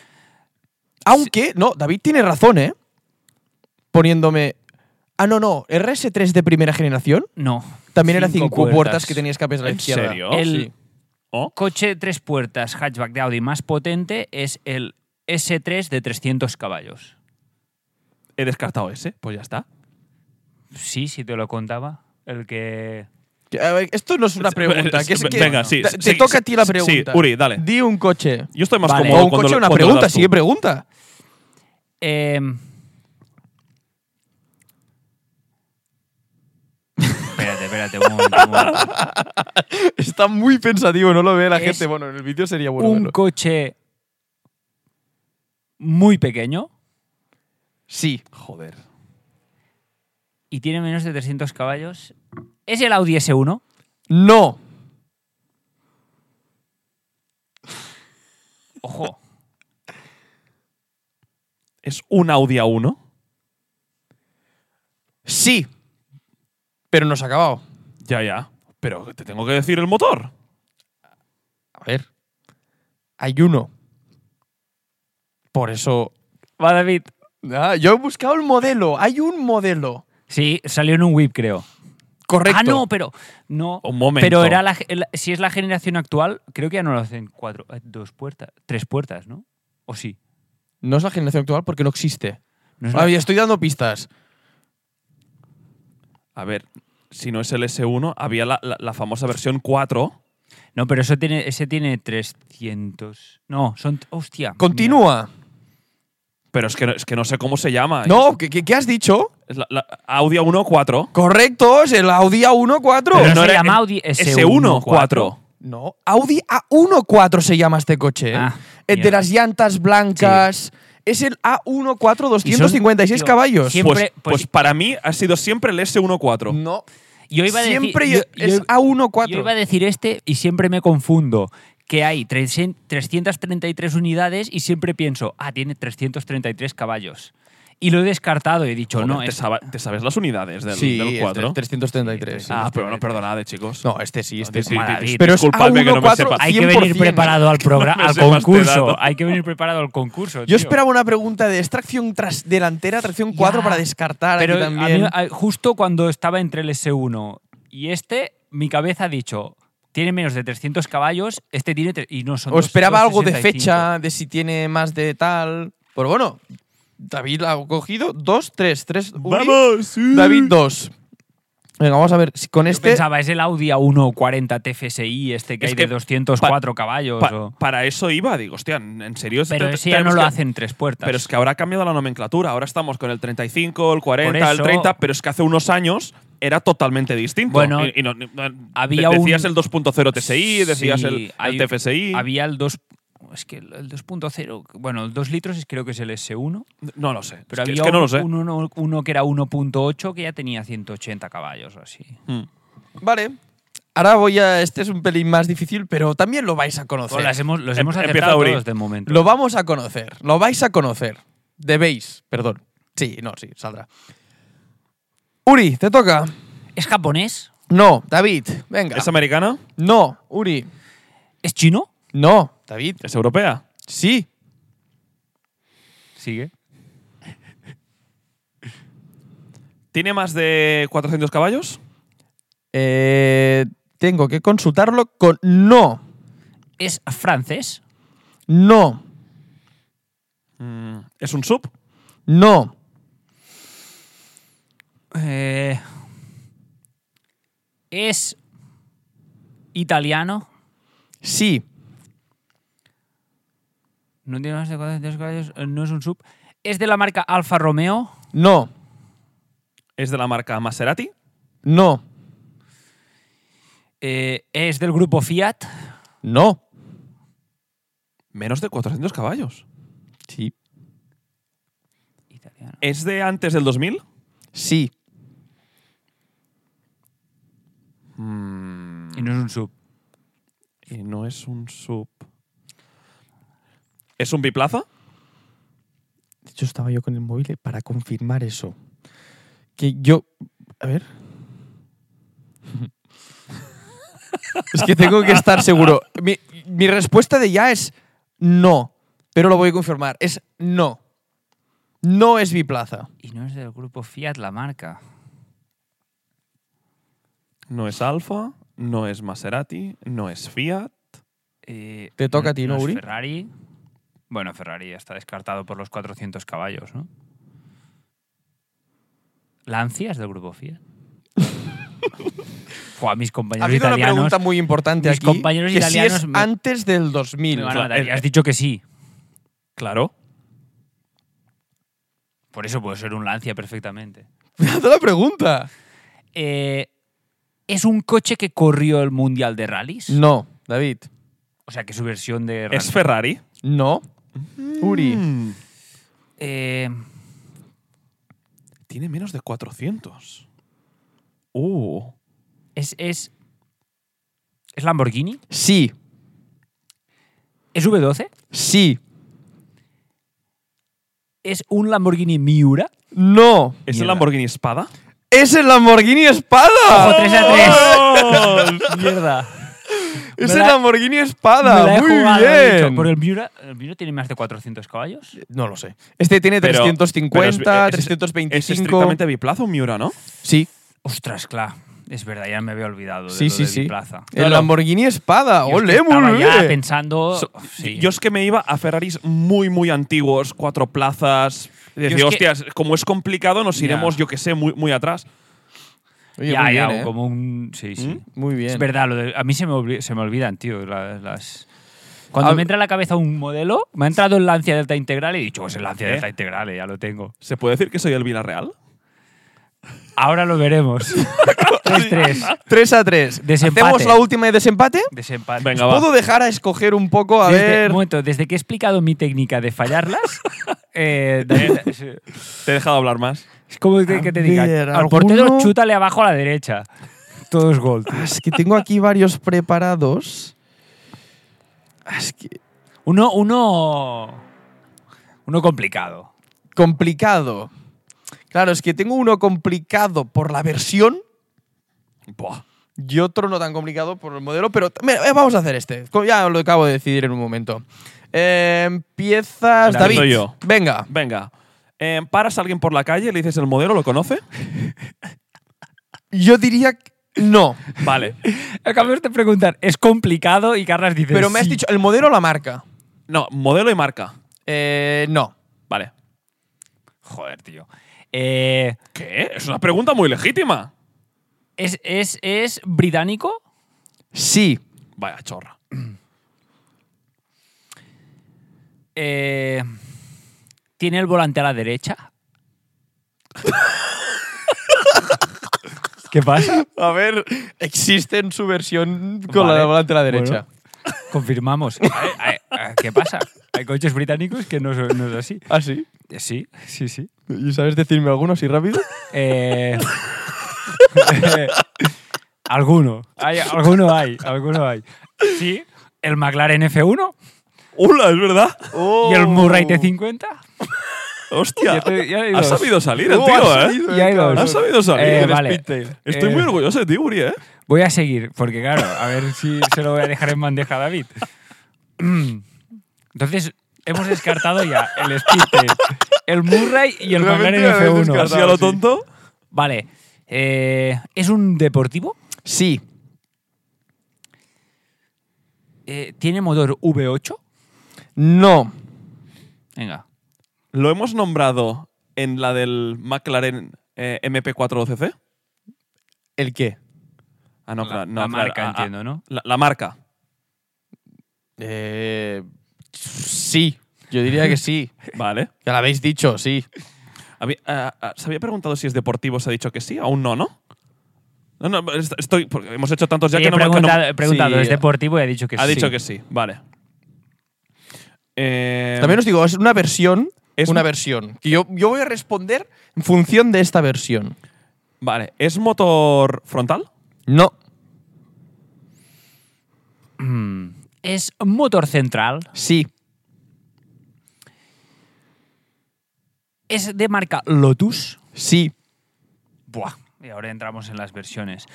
Aunque, no, David tiene razón, ¿eh? Poniéndome. Ah, no, no. ¿RS3 de primera generación?
no.
También era cinco puertas. que tenías que a la
¿En
izquierda.
serio?
El
Oh,
coche tres puertas hatchback de Audi más potente es el S3 de 300 caballos.
He descartado ese, pues ya está.
Sí, sí te lo contaba. El que...
Sí. A ver, esto no es una pregunta. que es que-
Venga, sí.
Te,
sí,
te
sí,
toca a ti la
sí,
pregunta.
Sí, Uri, dale.
Di un coche.
Yo estoy más
Vale.
cómodo
o un
cuando
coche
lo-
o una
cuando lo
pregunta,
das tú.
sigue pregunta.
eh, espérate, espérate, un momento, un momento.
Está muy pensativo, no lo ve la
Es
gente. Bueno, en el vídeo sería bueno.
un
verlo.
coche muy pequeño
Sí.
Joder.
y tiene menos de 300 caballos. ¿Es el Audi S1?
No.
Ojo.
¿Es un Audi A1?
Sí. Pero no se ha acabado.
Ya, ya. Pero te tengo que decir el motor.
A ver. Hay uno. Por eso.
Va, David.
Ah, yo he buscado el modelo. Hay un modelo.
Sí, salió en un whip, creo.
Correcto.
Ah, no, pero. No.
Un momento.
Pero era la, el- si es la generación actual, creo que ya no lo hacen cuatro, eh, dos puertas, tres puertas, ¿no? ¿O sí?
No es la generación actual porque no existe.
No es
Ah,
la-
y estoy dando pistas.
A ver, si no es el S1, había la, la- la famosa versión 4.
No, pero eso tiene, ese tiene 300. No, son. Hostia.
Continúa.
Pero es que, no- es que no sé cómo se llama.
No, ¿qué, qué- qué has dicho?
Es la, la Audi A1 4.
Correcto, es el Audi
Pero
Pero no
A1-4.
se
era-
llama Audi
S1 4.
No, Audi A1-4 se llama este coche. ¿eh?
Ah,
El de
mierda.
las llantas blancas. Es el A1-4, 256
Y son-
caballos.
tío,
Pues,
Siempre- pues-
pues para mí ha sido siempre el S1 4.
No,
Yo iba a decir-
siempre
yo-
es
yo-
A1-4.
Yo iba a decir este y siempre me confundo. Que hay 300 333 unidades y siempre pienso, ah, tiene 333 caballos. Y lo he descartado y he dicho,
Joder,
no, eh.
te,
es,
saba- te sabes las unidades del,
sí,
del
es
4?
del 333. sí.
ah, pero no, perdonad, eh, chicos.
No, este sí, este
Di-
sí.
di-
Madrid.
di-
Pero es
disculpadme que no me
A1-4,
sepa.
hay que venir
100%.
preparado al, programa,
No me
al
sepas este
concurso.
dato.
Hay que venir preparado al concurso.
Yo
tío.
esperaba una pregunta de extracción tras delantera, tracción 4
Ya,
para descartar
Pero
aquí
a mí,
también.
a- justo cuando estaba entre el S1 y este, mi cabeza ha dicho, tiene menos de 300 caballos, este tiene... tre- Y no son
o
dos-
esperaba algo de
265.
fecha, de si tiene más de tal. Pero bueno, David la ha cogido. 2, 3, 3.
¡Vamos! sí.
David 2. Venga, vamos a ver si con
Yo
este.
pensaba, es el Audi A140 TFSI, este que
Es
hay
que
de 204 caballos.
Pa-
o-
para eso iba, digo, hostia, en serio. este
Pero
te-
ese ya no
tenemos
lo
que-
hacen tres puertas.
Pero es que habrá cambiado la nomenclatura. Ahora estamos con el 35, el 40,
Por
el
eso-
30, pero es que hace unos años era totalmente distinto.
Bueno,
Y- y no- no-
había
de- decías
un-
el 2.0 TSI, decías
Sí,
el, el
hay-
TFSI.
Había el 2... Es que el el 2.0, bueno, el 2 litros es- creo que es el S1,
No lo sé.
pero
es, que,
había
es que no
un-
lo sé.
un- uno, uno que era 1.8 que ya tenía 180 caballos o así.
Mm.
Vale. Ahora voy a. Este es un pelín más difícil, pero también lo vais a conocer.
Pues las hemos, los
Em-
hemos
empieza
acertado
Uri.
todos de momento.
Lo vamos a conocer. Lo vais a conocer. Debéis. Perdón. Sí, no, sí, saldrá. Uri, te toca.
¿Es japonés?
No, David. Venga.
¿Es americana?
No, Uri.
¿Es chino?
No, David.
¿Es europea?
Sí.
Sigue.
¿Tiene más de 400 caballos?
Eh, tengo que consultarlo con no.
¿Es francés?
No.
Mm, ¿Es un sub?
No.
Eh, ¿Es italiano?
Sí.
No tiene más de 400 caballos, eh, no es un sub. ¿Es de la marca Alfa Romeo?
No.
¿Es de la marca Maserati?
No.
Eh, ¿Es del grupo Fiat?
No.
Menos de 400 caballos.
Sí.
Italiano.
¿Es de antes del 2000?
Sí.
Mm,
Y no es un sub.
y no es un sub. ¿Es un biplaza?
De hecho, estaba yo con el móvil eh, para confirmar eso. Que yo. A ver. es que tengo que estar seguro. Mi, mi respuesta de ya es no. Pero lo voy a confirmar. Es no. No es biplaza.
Y no es del grupo Fiat la marca.
No es Alfa, no es Maserati, no es Fiat.
Eh,
Te toca a ti, ¿no,
es
Uri?
Ferrari. Bueno, Ferrari ya está descartado por los 400 caballos, ¿no? Lancia es del grupo Fiat. Fue a mis
Ha
compañeros
habido una
italianos.
pregunta muy importante
mis
aquí.
compañeros
que si es
italianos me-
antes del 2000.
Me van a matar.
el-
has dicho que sí.
Claro.
Por eso puede ser un Lancia perfectamente.
Me ha dado la pregunta.
Eh, ¿Es un coche que corrió el Mundial de Rallys?
No, David.
O sea, que su versión de rally.
¿Es Ferrari?
Mm.
No. Uri.
Mm.
Eh,
Tiene menos de 400. Uh.
Es, es, es Lamborghini,
Sí,
es V12,
sí,
es un Lamborghini Miura.
no.
¿Es el
Mierda.
Lamborghini Espada?
¡Es el Lamborghini Espada!
Ojo, tres a tres.
¡Vamos!
Mierda.
¡Es
me
el
la-
Lamborghini
Me la
Espada!
he
¡Muy
jugado, he dicho,
bien!
Pero el Miura, el Miura tiene más de 400 caballos.
No lo sé. Este tiene
Pero-
350,
pero es- es- Es
325.
estrictamente biplazo, Miura, ¿no?
sí,
Ostras, claro. Es verdad, ya me había olvidado de
sí,
lo
sí,
de
sí.
Biplaza.
El Lamborghini Espada.
Yo es que
¡Ole,
estaba
muy
ya
bien!
pensando.
So-
sí.
Yo es que me iba a Ferraris muy, muy antiguos, cuatro plazas. Y
Yo
Decía,
es que-
hostias, como es complicado, nos
Ya.
iremos, yo que sé, muy, muy atrás.
Oye,
ya,
muy
ya,
bien, ¿eh?
como un. Sí, sí.
Muy bien.
Es verdad, lo de- a mí se me, obli- se me olvidan, tío, la- las. Cuando
Hab-
me entra en la cabeza un modelo, me ha entrado el Lancia Delta Integral y he dicho, pues el Lancia
¿Eh?
Delta Integral, eh, ya lo tengo.
¿Se puede decir que soy el Villarreal?
Ahora lo veremos. 3-3.
3 a 3.
Desempate.
¿Hacemos la última de desempate?
Desempate.
Venga, va.
¿Puedo dejar a escoger un poco? A
Desde-
ver.
Un momento, desde que he explicado mi técnica de fallarlas, eh, Daniel, es,
Te he dejado hablar más.
es como que, que te diga,
ver,
al portero
¿alguno?
chútale abajo a la derecha. Todo es gol. tío.
Ah, Es que tengo aquí varios preparados. Ah, Es que.
Uno, uno, uno complicado.
Complicado. Claro, es que tengo uno complicado por la versión
Buah.
y otro no tan complicado por el modelo, pero t- mira, eh, vamos a hacer este. Co- Ya lo acabo de decidir en un momento. Eh, empiezas,
Empiezo
David.
yo.
Venga.
Venga. Eh, paras a alguien por la calle, le dices el modelo, ¿lo conoce?
Yo diría que no,
Vale.
Acabas de preguntar, es complicado y Carlas dice.
pero me has
sí.
dicho el modelo o la marca.
No, modelo y marca.
Eh, no.
Vale.
Joder, tío. Eh,
¿Qué? Es una pregunta muy legítima.
¿es, es, ¿Es británico?
Sí.
Vaya chorra.
Eh, ¿Tiene el volante a la derecha? ¿Qué pasa?
A ver, existe en su versión con
Vale.
la volante a la derecha.
Bueno, confirmamos. Ay, ay, ¿Qué pasa? Hay coches británicos que no, son- no es así.
¿Ah, sí?
Eh, Sí, sí, sí.
¿Y sabes decirme alguno así rápido?
Eh, eh, alguno. Hay, alguno hay. Alguno hay. Sí, el McLaren F1
¡Hola, es verdad!
y el Murray T50.
¡Hostia!
Oh. Ya te- ya hay
ha
dos.
sabido salir el
Oh,
tío,
ha
¿eh?
salido,
Y hay dos.
Ha sabido salir.
Eh,
el
vale.
Speedtail. Estoy
Eh,
muy orgulloso de ti, Uri, ¿eh?
Voy a seguir, porque claro, a ver si se lo voy a dejar en bandeja a David. Mm. Entonces, hemos descartado ya el Speedtail, el Murray y el
Realmente
McLaren
lo habéis descartado.
Así
F1.
a lo
sí.
tonto.
Vale. eh, ¿Es un deportivo?
Sí.
Eh, ¿Tiene motor V8?
No.
Venga.
¿Lo hemos nombrado en la del McLaren eh, MP412C?
¿El qué?
Ah, no,
La-
claro, no,
la
claro,
marca,
ah, ah,
entiendo, ¿no?
La, la marca.
Eh, sí. Yo diría que sí.
Vale.
Ya lo habéis dicho, sí.
Había- ah, ah, se había preguntado si es deportivo, se ha dicho que sí, aún no, ¿no? No, no, est- estoy. Porque hemos hecho tantos ya
Sí,
que
he
no me- que no-
preguntado, he preguntado,
Sí.
¿es deportivo? Y ha dicho que
Ha
sí.
dicho que sí, vale. Eh,
También os digo, es una versión.
Es
Es una versión. Que yo, yo voy a responder en función de esta versión.
Vale, ¿es motor frontal?
No.
Mm. ¿Es motor central?
Sí.
¿Es de marca Lotus?
Sí.
Buah. Y ahora entramos en las versiones.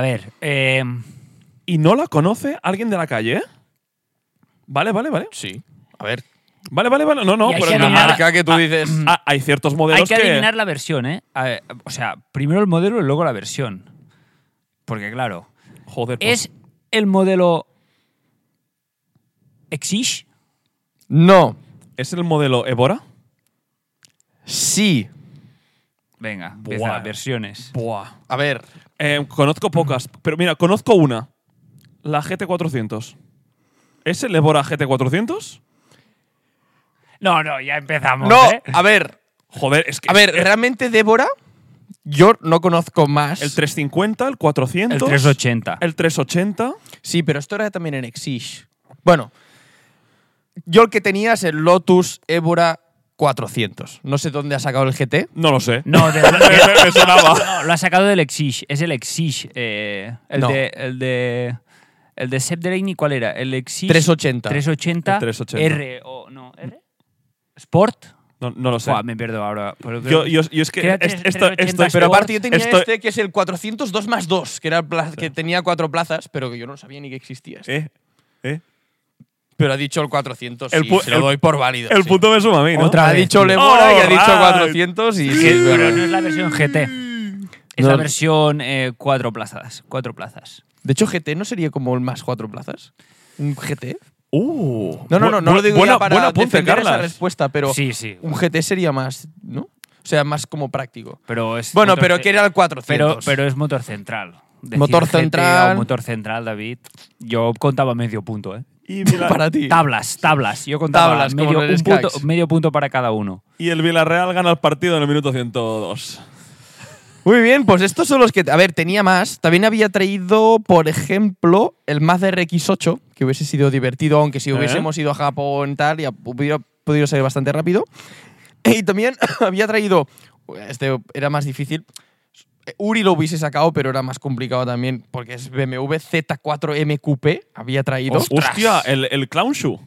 ver. eh,
¿Y no la conoce alguien de la calle? Vale, vale, vale.
Sí. A ver.
Vale, vale, vale. No, no,
Y hay
pero
que
no,
La
adivinar-
marca que tú dices.
Ah, hay ciertos modelos
Hay que adivinar la versión, ¿eh? A ver, o sea, primero el modelo y luego la versión. Porque, claro,
Joder, pues,
¿es el modelo Exige?
No.
¿es el modelo Evora?
Sí.
Venga, empieza
Buah.
versiones.
Buah.
A ver.
Eh, conozco pocas, pero mira, conozco una. La GT400. ¿Es el Evora GT400?
No, no, ya empezamos,
No.
¿eh?
A ver.
Joder, es que.
A ver,
eh,
realmente Débora, yo no conozco más.
el 350, el 400.
El 380.
El 380.
Sí, pero esto era también en Exige. Bueno, yo el que tenía es el Lotus Évora 400. No sé dónde ha sacado el GT.
No lo sé.
No, de-
me, me sonaba.
No, lo ha sacado del Exige. Es el Exige. eh, el,
No.
de, el de. El de Sepp Delaney, ¿cuál era? El Exige.
380.
380.
El 380.
R o. No, ¿R? ¿Sport?
No, no lo sé.
Buah, me pierdo ahora. pero creo
Yo,
que-
yo, yo es que
Creo que
est-
es
esto,
380
estoy,
Pero
Sport.
aparte yo tenía
Estoy-
este que es el 402 más 2, que, era el pla- que tenía cuatro plazas, pero que yo no sabía ni que existía. este.
Eh, eh.
Pero ha dicho el 400
El
y
pu-
se lo
el-
doy por válido.
El
sí.
punto me suma a mí, ¿no?
ha
vez,
dicho
tío.
Lemora y ha dicho
Alright.
400 y... sí, es
Pero
verdad.
no es la versión GT. Es
No.
la versión eh, cuatro plazas. Cuatro plazas.
De hecho, GT no sería como el más cuatro plazas. ¿Un GT?
Uh,
No, no,
bu-
no, no
bu-
lo digo
buena,
ya para
buen apunte,
defender esa
Carlas.
respuesta, pero
sí, sí.
un GT sería más, ¿no? O sea, más como práctico.
Pero es
Bueno,
motor
pero
ce-
que era el
pero,
400.
pero es motor central. Decir
Motor
GT o
central.
motor central, David. Yo contaba medio punto, ¿eh?
Y, Vila-
para ti.
Tablas, tablas. Yo contaba
Tablas, como
medio,
en el
un punto,
Skaggs.
medio punto para cada uno.
y el Villarreal gana el partido en el minuto 102.
Muy bien, pues estos son los que... A ver, tenía más. También había traído, por ejemplo, el Mazda RX-8, que hubiese sido divertido, aunque si
¿Eh?
hubiésemos ido a Japón tal, ya hubiera podido ser bastante rápido. Y también había traído... Este era más difícil. Uri lo hubiese sacado, pero era más complicado también, porque es BMW Z4 MQP, había traído.
Hostia, el, el Clown Shoe.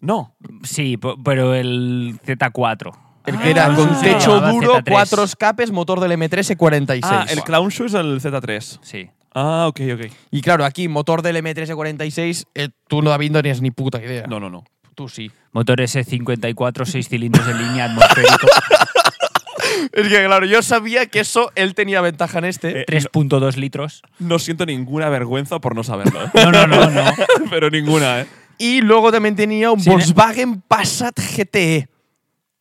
No.
Sí, po- pero el Z4.
El que era
Ah,
con
sí,
techo
llamaba
duro,
Z3.
cuatro escapes, motor del E M3 E46.
Ah, el Clown Shoe es el Z3.
Sí.
Ah, ok, ok.
Y claro, aquí, motor del E M3 E46, eh, tú no, David, no tienes ni puta idea.
No, no, no.
Tú sí.
Motor S54, 6 cilindros en línea atmosférico,
Es que claro, yo sabía que eso él tenía ventaja en este.
Eh,
3.2 litros.
No siento ninguna vergüenza por no saberlo. ¿eh?
No, no, no, no.
Pero ninguna, ¿eh?
Y luego también tenía un
Sí,
Volkswagen Passat GTE.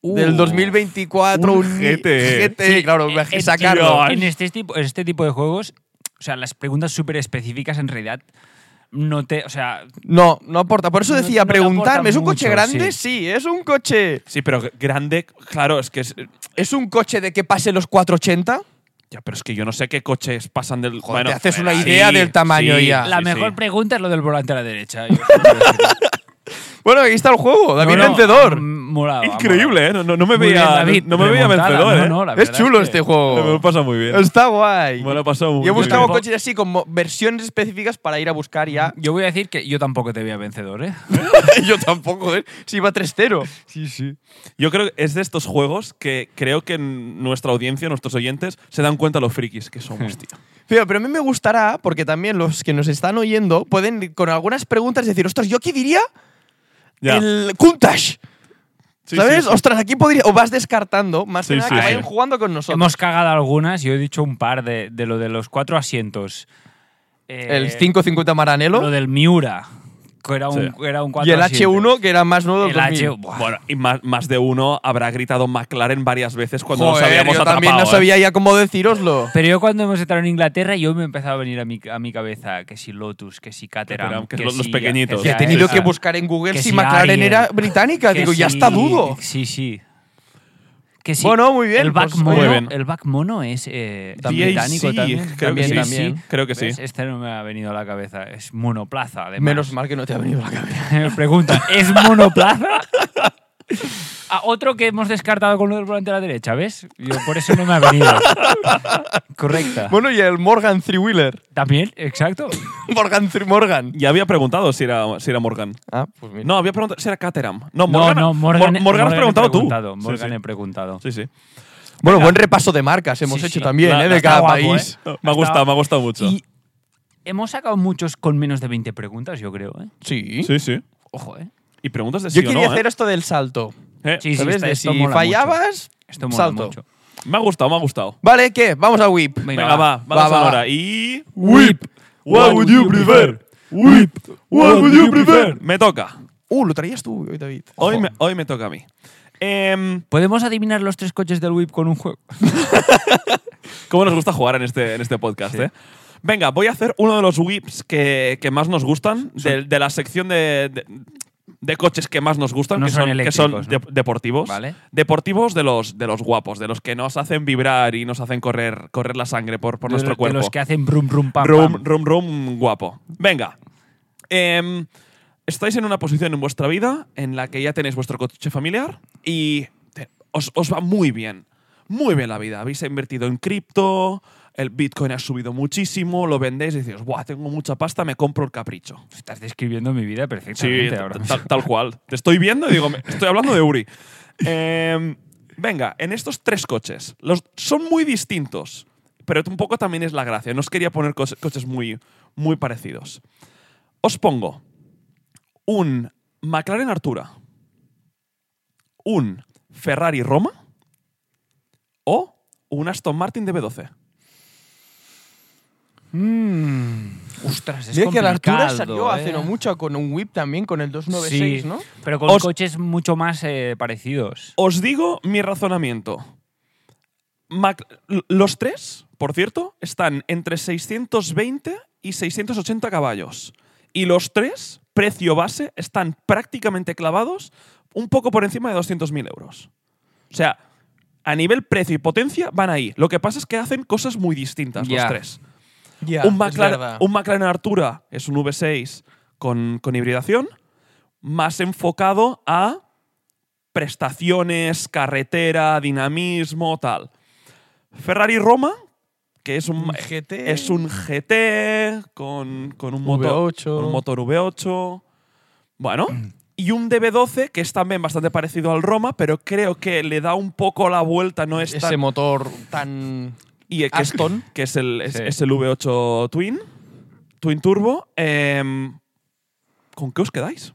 del 2024,
un
Uh. un,
GTE.
GTE, E, claro,
Eh, eh,
sacarlo.
tío, En este tipo, en este tipo de juegos, o sea, las preguntas súper específicas en realidad no te. O sea,
No, no aporta. Por eso
No-
decía,
no le
preguntarme, ¿es un
aporta
coche
mucho,
grande?
sí.
sí, es un coche.
Sí, pero grande, claro, es que es,
¿Es un coche de que pase los 480?
Ya, pero es que yo no sé qué coches pasan del.
Joder, te haces una idea del tamaño ya. Ah,
la
sí,
mejor
sí.
pregunta es lo del volante a la derecha. Yo-
Bueno, aquí está el juego, David
No, no,
Vencedor.
mm, molaba, molaba.
Increíble, ¿eh? No, no- no me
Muy
veía,
bien, David,
no, no me veía
remontada.
vencedor, ¿eh?
No, no, la
es
verdad
chulo
que-
este
Me lo
juego.
pasa muy bien.
Está guay.
Me lo he pasado muy
Y he
bien.
buscado
Yo-
coches así como versiones específicas para ir a buscar ya.
Yo voy a decir que yo tampoco te veía vencedor, ¿eh?
Yo tampoco, ¿eh? Si iba 3-0. Sí, sí.
Yo creo que es de estos juegos que creo que n- nuestra audiencia, nuestros oyentes, se dan cuenta los frikis que
Hmm.
somos, tío.
Pero, pero a mí me gustará porque también los que nos están oyendo pueden con algunas preguntas decir, ostras, ¿yo qué diría?
Ya.
El Kuntash.
Sí,
¿Sabes?
sí, sí.
Ostras, aquí podría. O vas descartando, más
Sí,
que nada
sí,
que
sí.
vayan jugando con nosotros.
Hemos cagado algunas, yo he dicho un par de, de lo de los cuatro asientos. Eh,
El 550
Lo
Maranello
del Miura, que era un,
Sí.
era un
y
cuatro
el
asientos.
H1, que era más nuevo del
El
2000.
H, buah.
Bueno, y más, más de uno habrá gritado McLaren varias veces cuando nos
Joder,
habíamos
yo
atrapado.
también no
¿eh?
sabía ya cómo decíroslo.
Pero yo cuando hemos entrado en Inglaterra, yo me empezaba a venir a mi, a mi cabeza que si Lotus, que si Caterham,
Caterham, que
que,
los-
si-
los pequeñitos.
Que he
Ya,
tenido
es-
que
ah.
buscar en Google
que
si
si
McLaren
Ariel,
era británica.
que
Digo, ya
si-
está dudo.
Sí, sí. Que si
Bueno, muy bien,
El back,
pues,
mono,
muy bien.
el back mono es eh,
DAC,
británico también.
creo
también,
que sí,
también.
sí, Creo que sí.
¿Ves? Este no me ha venido a la cabeza. Es monoplaza, además.
Menos mal que no te ha venido a la cabeza.
Me pregunta, ¿es monoplaza? A otro que hemos descartado con lo del volante a la derecha, ¿ves? Yo por eso no me ha venido. Correcta.
Bueno, y el Morgan Three Wheeler.
También, exacto.
Morgan Three Morgan.
¿eh? Ya había preguntado si era, si era Morgan.
Ah, pues mira.
No, había preguntado si era Caterham. No, Morgan,
no, no, Morgan,
Mor- Morgan has
he
preguntado tú. Sí,
Morgan
sí.
he preguntado.
Sí, sí.
Bueno, buen repaso de marcas hemos
Sí,
hecho
sí.
también,
La-
¿eh?
la-
De
está
cada
guapo,
país.
¿eh?
Me ha gustado, me ha gustado mucho.
Y hemos sacado muchos con menos de 20 preguntas, yo creo, ¿eh?
Sí.
Sí, sí.
Ojo, ¿eh?
Y preguntas de sí
Yo
o no,
quería
¿eh?
hacer esto del salto.
Eh,
Sí, sí,
¿Sabes?
esto-
De
esto
si
mola
fallabas,
mucho. Esto mola
salto.
mucho.
Me ha gustado, me ha gustado.
Vale, ¿qué? Vamos a WIP.
Venga,
Venga, va,
va,
vamos
va,
ahora.
va.
Y.
Whip.
What would you prefer? Whip. What would you prefer? Me toca.
Uh, lo traías tú hoy, David.
Hoy
Ojo.
me, hoy me toca a mí. Em,
¿Podemos adivinar los tres coches del whip con un juego?
¿Cómo nos gusta jugar en este, en este podcast, eh? Venga, voy a hacer uno de los whips que, que más nos gustan, de, de la sección de, de- de coches que más nos gustan,
No
que
son
son, que son
eléctricos, ¿no?
de- deportivos.
Vale.
Deportivos de los, de los guapos, de los que nos hacen vibrar y nos hacen correr, correr la sangre por, por
De-
nuestro cuerpo.
De los que hacen brum, brum, pam,
Rum,
pam.
rum, rum, guapo. Venga. Em, estáis en una posición en vuestra vida en la que ya tenéis vuestro coche familiar y os, os va muy bien. Muy bien la vida. Habéis invertido en cripto, el Bitcoin ha subido muchísimo, lo vendéis y decís, Buah, tengo mucha pasta, me compro el capricho.
Estás describiendo mi vida
Sí,
perfectamente
ta-
ahora.
ta-
mismo.
tal, cual. Te estoy viendo y digo, me- estoy hablando de Uri. Em, venga, en estos tres coches, los, son muy distintos, pero un poco también es la gracia. No os quería poner cos- coches muy, muy parecidos. Os pongo un McLaren Artura, un Ferrari Roma o un Aston Martin de B12.
Mm. Ostras, es
Dice que la Artura
complicado,
salió hace
eh.
no mucho con un whip también, con el 296,
Sí,
¿no?
pero con
Os-
coches mucho más eh, parecidos.
Os digo mi razonamiento. Mac- l- los tres, por cierto, están entre 620 y 680 caballos. Y los tres, precio base, están prácticamente clavados un poco por encima de 200.000 euros. O sea, a nivel precio y potencia van ahí. Lo que pasa es que hacen cosas muy distintas
Ya.
los tres.
Ya,
un,
es
McLaren,
verdad.
un McLaren Artura es un V6 con, con hibridación, más enfocado a prestaciones, carretera, dinamismo, tal. Ferrari Roma, que es un,
Un GT.
es un GT con, con un, motor,
V8.
con un motor V8. Bueno, y un DB12 que es también bastante parecido al Roma, pero creo que le da un poco la vuelta, no es tan-
Ese motor tan.
y eh, que es,
Aston.
que es el, es-
Ah. Sí.
es el V8 Twin, Twin Turbo. Em, ¿Con qué os quedáis?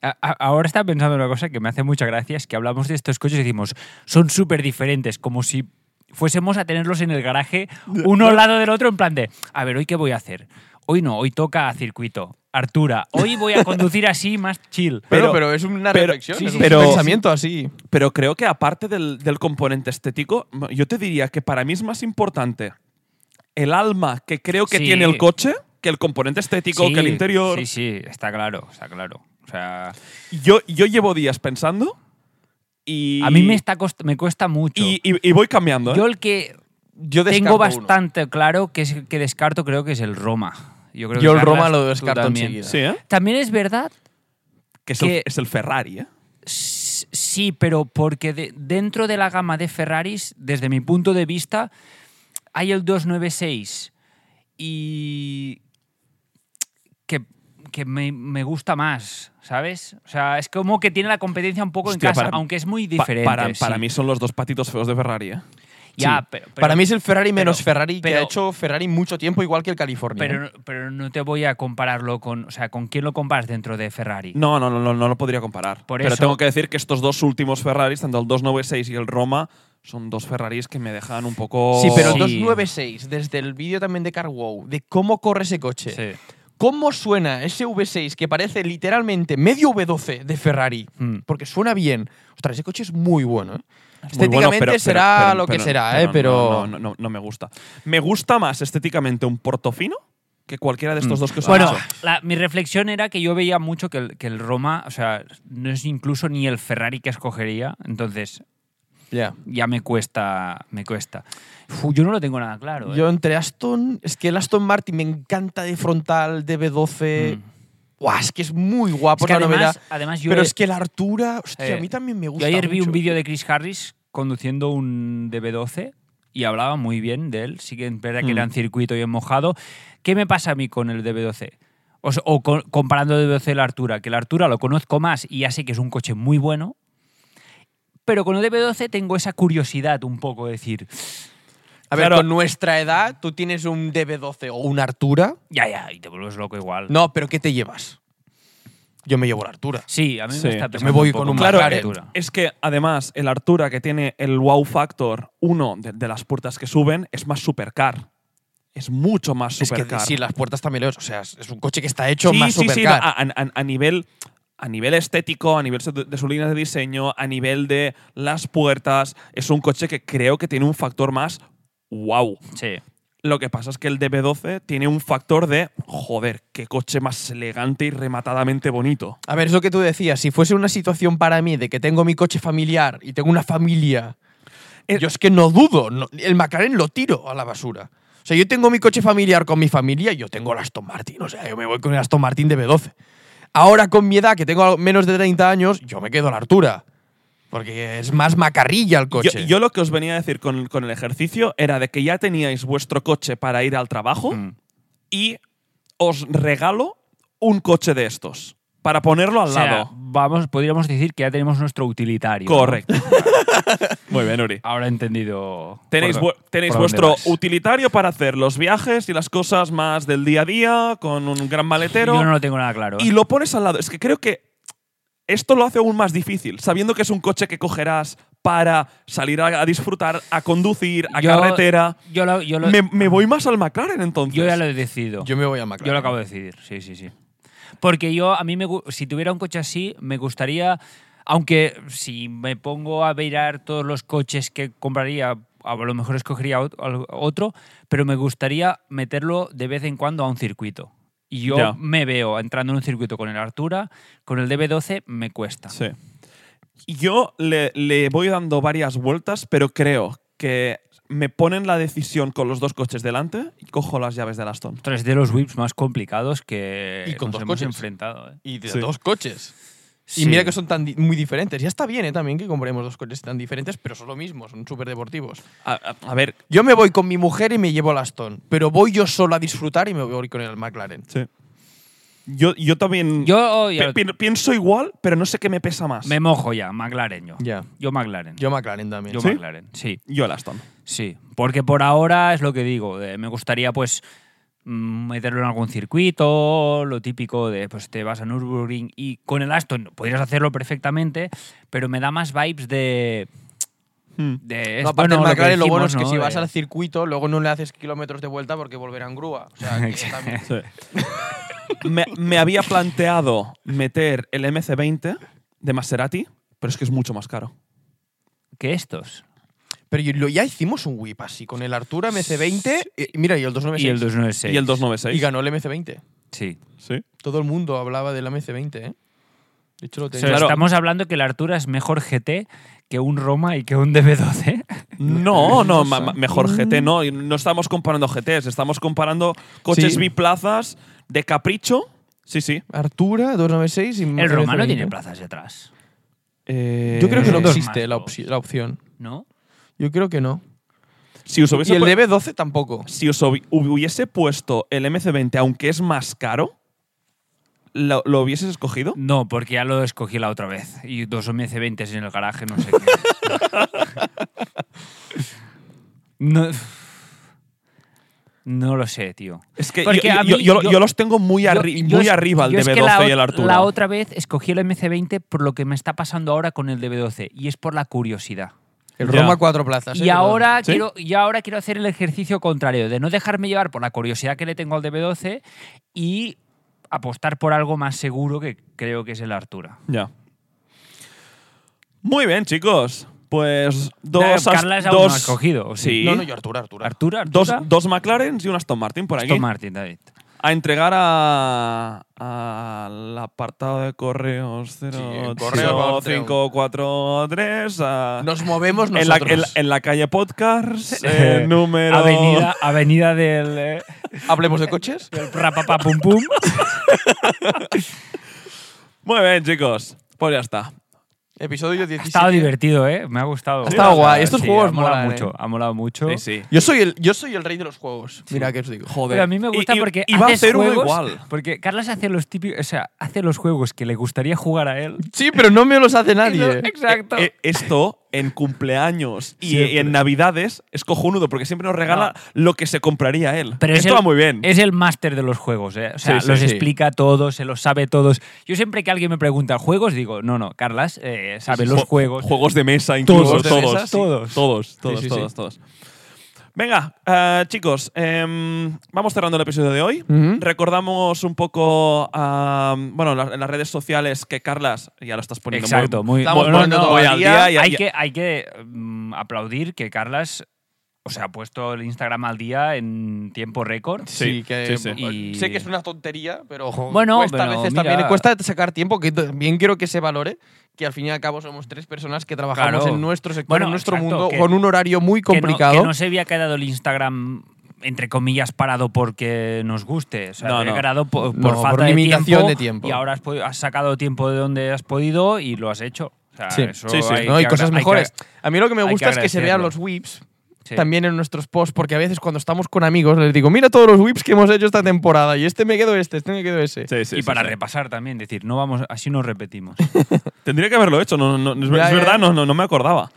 A- a- Ahora estaba pensando en una cosa que me hace mucha gracia, es que hablamos de estos coches y decimos, son súper diferentes, como si fuésemos a tenerlos en el garaje uno al lado del otro en plan de, a ver, ¿hoy qué voy a hacer? Hoy no, hoy toca circuito, Artura, hoy voy a conducir así más chill.
Pero-
Pero, pero es una
pero-
reflexión,
sí,
es
sí,
un
pero-
pensamiento así.
Pero creo que aparte del, del componente estético, m- yo te diría que para mí es más importante el alma que creo que
Sí.
tiene el coche que el componente estético, que el
Sí,
interior.
Sí, sí, está claro, está claro. O sea,
Yo, yo llevo días pensando y.
a mí me, está cost- me cuesta mucho.
Y, y- y voy cambiando. ¿eh?
Yo el que
Yo descarto
tengo
uno.
bastante claro que, es, que descarto creo que es el Roma. Yo, creo
Yo
que
el Roma
Carlas,
lo
tú
descarto
también.
enseguida.
sí, ¿eh?
También es verdad
Que es, el-
que-
es el Ferrari, ¿eh?
S- Sí, pero porque de- dentro de la gama de Ferraris, desde mi punto de vista, hay el 296 y que, que me, me gusta más, ¿sabes? O sea, es como que tiene la competencia un poco
Hostia,
en casa,
para-
aunque es muy
Pa-
diferente.
para,
sí.
para mí son los dos patitos feos de Ferrari, ¿eh?
Ya,
Sí.
pero, pero-
Para mí es el Ferrari menos
pero-
Ferrari que
pero-
ha hecho Ferrari mucho tiempo, igual que el California. ¿eh?
pero, pero no te voy a compararlo con, o sea, ¿con quién lo comparas dentro de Ferrari?
No, no, no, no, no lo podría comparar.
Por
Pero
eso-
tengo que decir que estos dos últimos Ferraris, tanto el 296 y el Roma, son dos Ferraris que me dejan un poco.
Sí, pero el
Sí.
296, desde el vídeo también de CarWow, de cómo corre ese coche,
Sí.
cómo suena ese V6 que parece literalmente medio V12 de Ferrari,
Mm.
porque suena bien. Ostras, ese coche es muy bueno. ¿eh?
Muy
Estéticamente
bueno, pero- pero-
será
pero-
lo que
pero-
será,
pero
¿eh? pero.
No, no, no, no me gusta. Me gusta más estéticamente un Portofino que cualquiera de
Mm.
estos dos que os he
Bueno,
dicho.
la- mi reflexión era que yo veía mucho que el, que el Roma, o sea, no es incluso ni el Ferrari que escogería, entonces
Ya.
ya me cuesta, me cuesta. Fu, yo no lo tengo nada claro. ¿eh?
Yo entre Aston, es que el Aston Martin me encanta de frontal, de B12.
Mm.
Buah, es que es muy guapo
Es que
la
además,
novedad.
además yo,
Pero
he-
es que la Artura, hostia,
Eh,
a mí también me
yo
gusta.
ayer vi
mucho.
un vídeo de Chris Harris conduciendo un DB12 y hablaba muy bien de él, sí que es verdad que
Mm.
era en circuito y en mojado. ¿Qué me pasa a mí con el DB12? O, sea, o con- comparando el DB12 y la Artura, que la Artura lo conozco más y ya sé que es un coche muy bueno, pero con el DB12 tengo esa curiosidad un poco, de decir,
A ver,
Claro.
con nuestra edad, tú tienes un DB12 o una Artura.
ya, ya, y te vuelves loco igual.
No, pero ¿qué te llevas? Yo me llevo la Artura.
Sí, a mí
Sí.
me está
Yo me
pesando
voy
poco
con un
más
Claro, eh,
la
McLaren.
Artura.
Es que además el Artura que tiene el wow factor uno de, de las puertas que suben es más supercar. Es mucho más
Es que
supercar.
sí, las puertas también lo es. O sea, es es un coche que está hecho
Sí,
más
sí, sí,
supercar.
a, a- a nivel, a nivel estético, a nivel de, de su línea de diseño, a nivel de las puertas, es un coche que creo que tiene un factor más wow.
Sí.
Lo que pasa es que el DB12 tiene un factor de joder, qué coche más elegante y rematadamente bonito.
A ver, es lo que tú decías. Si fuese una situación para mí de que tengo mi coche familiar y tengo una familia,
Eh,
yo es que no dudo. no- el McLaren lo tiro a la basura. O sea, yo tengo mi coche familiar con mi familia y yo tengo el Aston Martin. O sea, yo me voy con el Aston Martin de B12. Ahora, con mi edad, que tengo al- menos de 30 años, yo me quedo a la altura. Porque es más macarrilla el
Yo,
coche.
yo lo que os venía a decir con, con el ejercicio era de que ya teníais vuestro coche para ir al trabajo
Mm.
y os regalo un coche de estos para ponerlo al
O sea,
lado.
vamos, podríamos decir que ya tenemos nuestro utilitario. ¿no?
Correcto. Muy bien, Uri.
Ahora he entendido.
Tenéis,
por-
vu- tenéis
por dónde
vuestro
vas.
utilitario para hacer los viajes y las cosas más del día a día con un gran maletero.
Yo no lo ¿eh? tengo nada claro.
y lo pones al lado. Es que creo que esto lo hace aún más difícil, sabiendo que es un coche que cogerás para salir a, a disfrutar, a conducir, a
Yo-
carretera.
Yo, lo- yo lo-
Me, me voy más al McLaren entonces.
yo ya lo he decidido.
Yo me voy a McLaren.
Yo lo acabo de decidir, sí, sí, sí. Porque yo, a mí, me, gu- si tuviera un coche así, me gustaría, aunque si me pongo a mirar todos los coches que compraría, a lo mejor escogería ot- al- otro, pero me gustaría meterlo de vez en cuando a un circuito. Y yo
Ya.
me veo entrando en un circuito con el Artura, con el DB12 me cuesta.
Sí. Yo le, le voy dando varias vueltas, pero creo que me ponen la decisión con los dos coches delante y cojo las llaves del Aston.
Tres de los whips más complicados que
Y con
nos
dos
hemos
coches.
enfrentado. ¿eh?
Y de
Sí.
dos coches.
Sí.
Y mira que son tan di- muy diferentes. Ya está bien, ¿eh? También que compremos dos coches tan diferentes, pero son lo mismo, son súper deportivos.
A, a- a ver,
Yo me voy con mi mujer y me llevo el Aston, pero voy yo solo a disfrutar y me voy con el McLaren.
sí. yo, yo también
Yo oh, ya
pi-
lo-
pi- pienso igual, pero no sé qué me pesa más.
me mojo ya, McLaren yo.
Ya.
Yo McLaren.
Yo McLaren también.
Yo
¿Sí?
McLaren, sí.
yo el Aston.
Sí, porque por ahora es lo que digo. eh, me gustaría, pues, mm, meterlo en algún circuito, lo típico de, pues, te vas a Nürburgring y con el Aston podrías hacerlo perfectamente, pero me da más vipes de.
Hmm.
de
No, aparte
bueno,
el
lo que
McLaren lo, bueno es que
dijimos, ¿no? Eh.
si
De-
vas al circuito, luego no le haces kilómetros de vuelta porque volverá en grúa. O sea, que también-
me, me había planteado meter el MC20 de Maserati, pero es que es mucho más caro.
que estos.
Pero yo- lo- ya hicimos un whip así, con el Artura MC20, y- mira, y el 296.
Y el 296.
Y el 296.
Y ganó el MC20.
Sí.
Sí.
Todo el mundo hablaba del MC20, ¿eh? De hecho, lo
O
tenía.
sea,
Claro.
Estamos hablando que el Artura es mejor GT que un Roma y que un DB12.
No, no, ma- ma- mejor
Mm.
GT no. y No estamos comparando GTs, estamos comparando coches
Sí.
biplazas de capricho. Sí, sí.
Artura, 296 y
El Roma no
MC20.
tiene plazas detrás,
Eh,
Yo creo que no
Eh,
existe
dos.
la, opci- la opción.
¿no?
Yo creo que no.
Si os,
Y
hubiese
el
pu-
DB12 tampoco.
si os hubi- hubiese puesto el MC20, aunque es más caro, ¿lo, lo hubieses escogido?
No, porque ya lo escogí la otra vez. Y dos OMC20 en el garaje, no sé qué. no, no lo sé, tío.
Es que yo,
Porque a
yo-
mí-
yo- yo
yo-
los tengo muy, arri-
Yo- yo
muy
es-
arriba, el
yo es que
DB12
la
y el
ot-
Arturo.
La otra vez escogí el MC20 por lo que me está pasando ahora con el DB12 y es por la curiosidad.
El
Ya.
Roma cuatro plazas. ¿eh?
Y ahora,
¿Sí?
quiero, y ahora quiero hacer el ejercicio contrario, de no dejarme llevar por la curiosidad que le tengo al DB12 y apostar por algo más seguro que creo que es el Artura.
Ya. Muy bien, chicos. Pues dos.
Dos,
as-
Carlas aún no ha
dos,
escogido. ¿o
Sí.
No, no, yo Artura, Artura.
Artura,
dos,
Artura,
dos McLaren y un Aston Martin por aquí.
Aston Martin, David.
A entregar a, al apartado de correos
correo,
0543 a-
Nos movemos
en, la,
nosotros.
en la- en la calle Podcast, eh, número.
Avenida, avenida del, eh,
Hablemos de coches.
del rapapapum pum.
Muy bien, chicos. Pues ya está.
Episodio
Ha
17.
estado divertido, ¿eh? Me ha gustado.
Ha estado
O sea,
guay. Estos juegos
ha molado
molan,
mucho.
eh.
Ha molado mucho.
Sí, sí.
Yo soy, el, yo soy el rey de los juegos. Mira que os digo.
Joder.
Pero a mí me gusta
Y- y-
porque
y va a
haces
ser uno
juegos-
igual.
Porque Carlas hace los típicos, o sea, hace los juegos que le gustaría jugar a él.
Sí, pero no me los hace
Y no-
nadie.
Exacto.
Eh, esto en cumpleaños y,
Siempre.
y en navidades es cojonudo porque siempre nos regala lo que se compraría él.
Pero es
esto
el-
va muy bien.
Es el máster de los juegos, ¿eh? O sea,
Sí, sí,
los
sí.
explica todos, se los sabe todos. Yo siempre que alguien me pregunta juegos, digo, no, no, Carlas eh, sabe los
Jo-
juegos.
Juegos de mesa, incluso.
Todos.
Todos,
¿Juegos de mesa? Sí.
todos. Todos, todos,
sí, sí.
todos, todos. Venga, eh, chicos, em, vamos cerrando el episodio de hoy.
Ujú.
Recordamos un poco, am, bueno, la- en las redes sociales que Carlas, ya lo estás poniendo muy-
Exacto, muy,
Estamos
muy-
poniendo todo
voy
al
al
día.
día y-
hay
y-
que, hay que mm, aplaudir que Carlas o sea, ha puesto el Instagram al día en tiempo récord.
Sí, sí, sí.
Y-
sé que es una tontería, pero ojo,
Bueno,
cuesta a
pero
veces
mira-
también cuesta sacar tiempo, que también quiero que se valore que al fin y al cabo somos tres personas que trabajamos
Claro.
en nuestro sector,
Bueno,
en nuestro
exacto,
mundo,
que-
con un horario muy
Que no-
complicado.
Que no, se había quedado el Instagram entre comillas parado porque nos guste, o sea,
No,
había
no.
quedado po- por,
No,
falta
por
de,
limitación
tiempo,
de tiempo.
y ahora has, podi- has sacado tiempo de donde has podido y lo has hecho. O sea,
Sí.
eso
Sí, sí.
hay
¿no?
que
y cosas
hablar- hay que-
mejores. A mí lo que me
hay que
gusta es que se vean los
agradecerlo.
whips
sí.
también en nuestros posts, porque a veces cuando estamos con amigos les digo, mira todos los whips que hemos hecho esta temporada, y este me quedo este, este me quedo ese.
Sí, sí,
y
sí,
para
sí.
repasar también, decir, no vamos, así nos repetimos.
Tendría que haberlo hecho, no, no- no- es,
Ya,
es
ya,
verdad,
ya.
no, no, no me acordaba.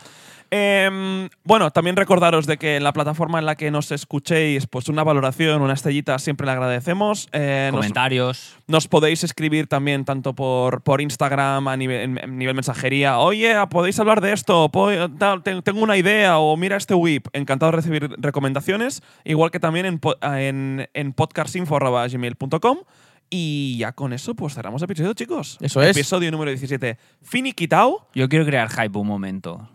Em, bueno, también recordaros de que en la plataforma en la que nos escuchéis, pues una valoración, una estrellita, siempre le agradecemos. Eh, nos,
Comentarios.
nos podéis escribir también tanto por, por Instagram a nivel, en- en nivel mensajería. Oye, podéis hablar de esto, Po- tal, te- tengo una idea o mira este whip. Encantado de recibir recomendaciones, igual que también en, po- en, en podcastinfo.gmail.com. Y ya con eso, pues cerramos el episodio, chicos.
Eso es.
Episodio número 17. Finiquitao.
Yo quiero crear hype un momento.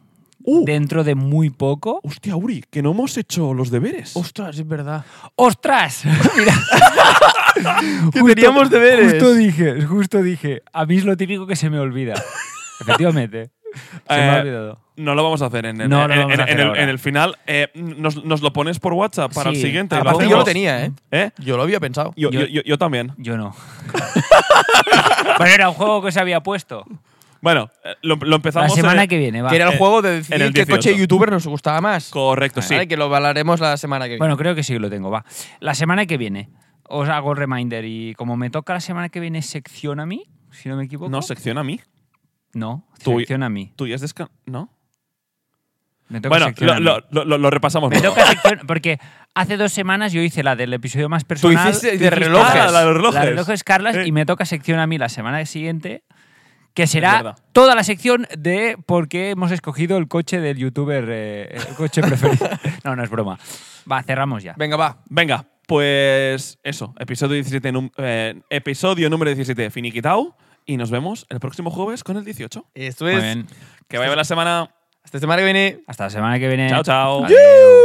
Uh,
Dentro de muy poco.
hostia, Uri, que no hemos hecho los deberes.
Ostras, es verdad.
¡Ostras!
Que
Mira,
teníamos deberes.
Justo dije, justo dije. A mí es lo típico que se me olvida. Efectivamente. Se me
Eh,
ha olvidado.
No lo vamos a hacer en, en-
No lo
en-
vamos
en-
a hacer
en el,
ahora.
en el final. eh, nos, nos lo pones por WhatsApp para
Sí.
el siguiente. y lo
Aparte Ah, yo lo
hacemos.
tenía, ¿eh?
¿Eh?
Yo lo había pensado.
Yo,
Yo-
yo- yo- yo también.
Yo no. Pero era un juego que se había puesto.
Bueno, eh, lo, lo
La
empezamos.
semana
en-
que viene, va.
Que era el
Eh,
juego de decidir
en el
qué
18.
coche youtuber nos gustaba más.
Correcto, sí.
Vale, Que lo hablaremos la semana que viene.
Bueno, creo que sí que lo tengo, va. La semana que viene os hago el reminder y como me toca la semana que viene sección a mí, si no me equivoco.
No, sección a mí.
No,
Tú-
sección a mí.
Tú ya has descan. ¿No?
Me toca
bueno,
sección
lo,
a mí.
lo- lo- lo- lo repasamos.
Me
luego.
toca sección porque hace dos semanas yo hice la del episodio más personal.
hiciste de
hiciste
relojes.
Ah, la de los relojes.
La de relojes, Carlas,
Eh.
y me toca sección a mí la semana siguiente, que
Es
será
verdad.
toda la sección de por qué hemos escogido el coche del youtuber, eh, el coche preferido. no, no es broma. Va, cerramos ya.
Venga, va.
Venga, pues eso. Episodio, 17, num- eh, episodio número 17, Finiquitao. Y nos vemos el próximo jueves con el 18.
Esto
Muy
es.
bien.
Que vaya bien la semana.
Hasta semana que viene.
Hasta la semana que viene.
Chao, chao.
Eh, Adiós.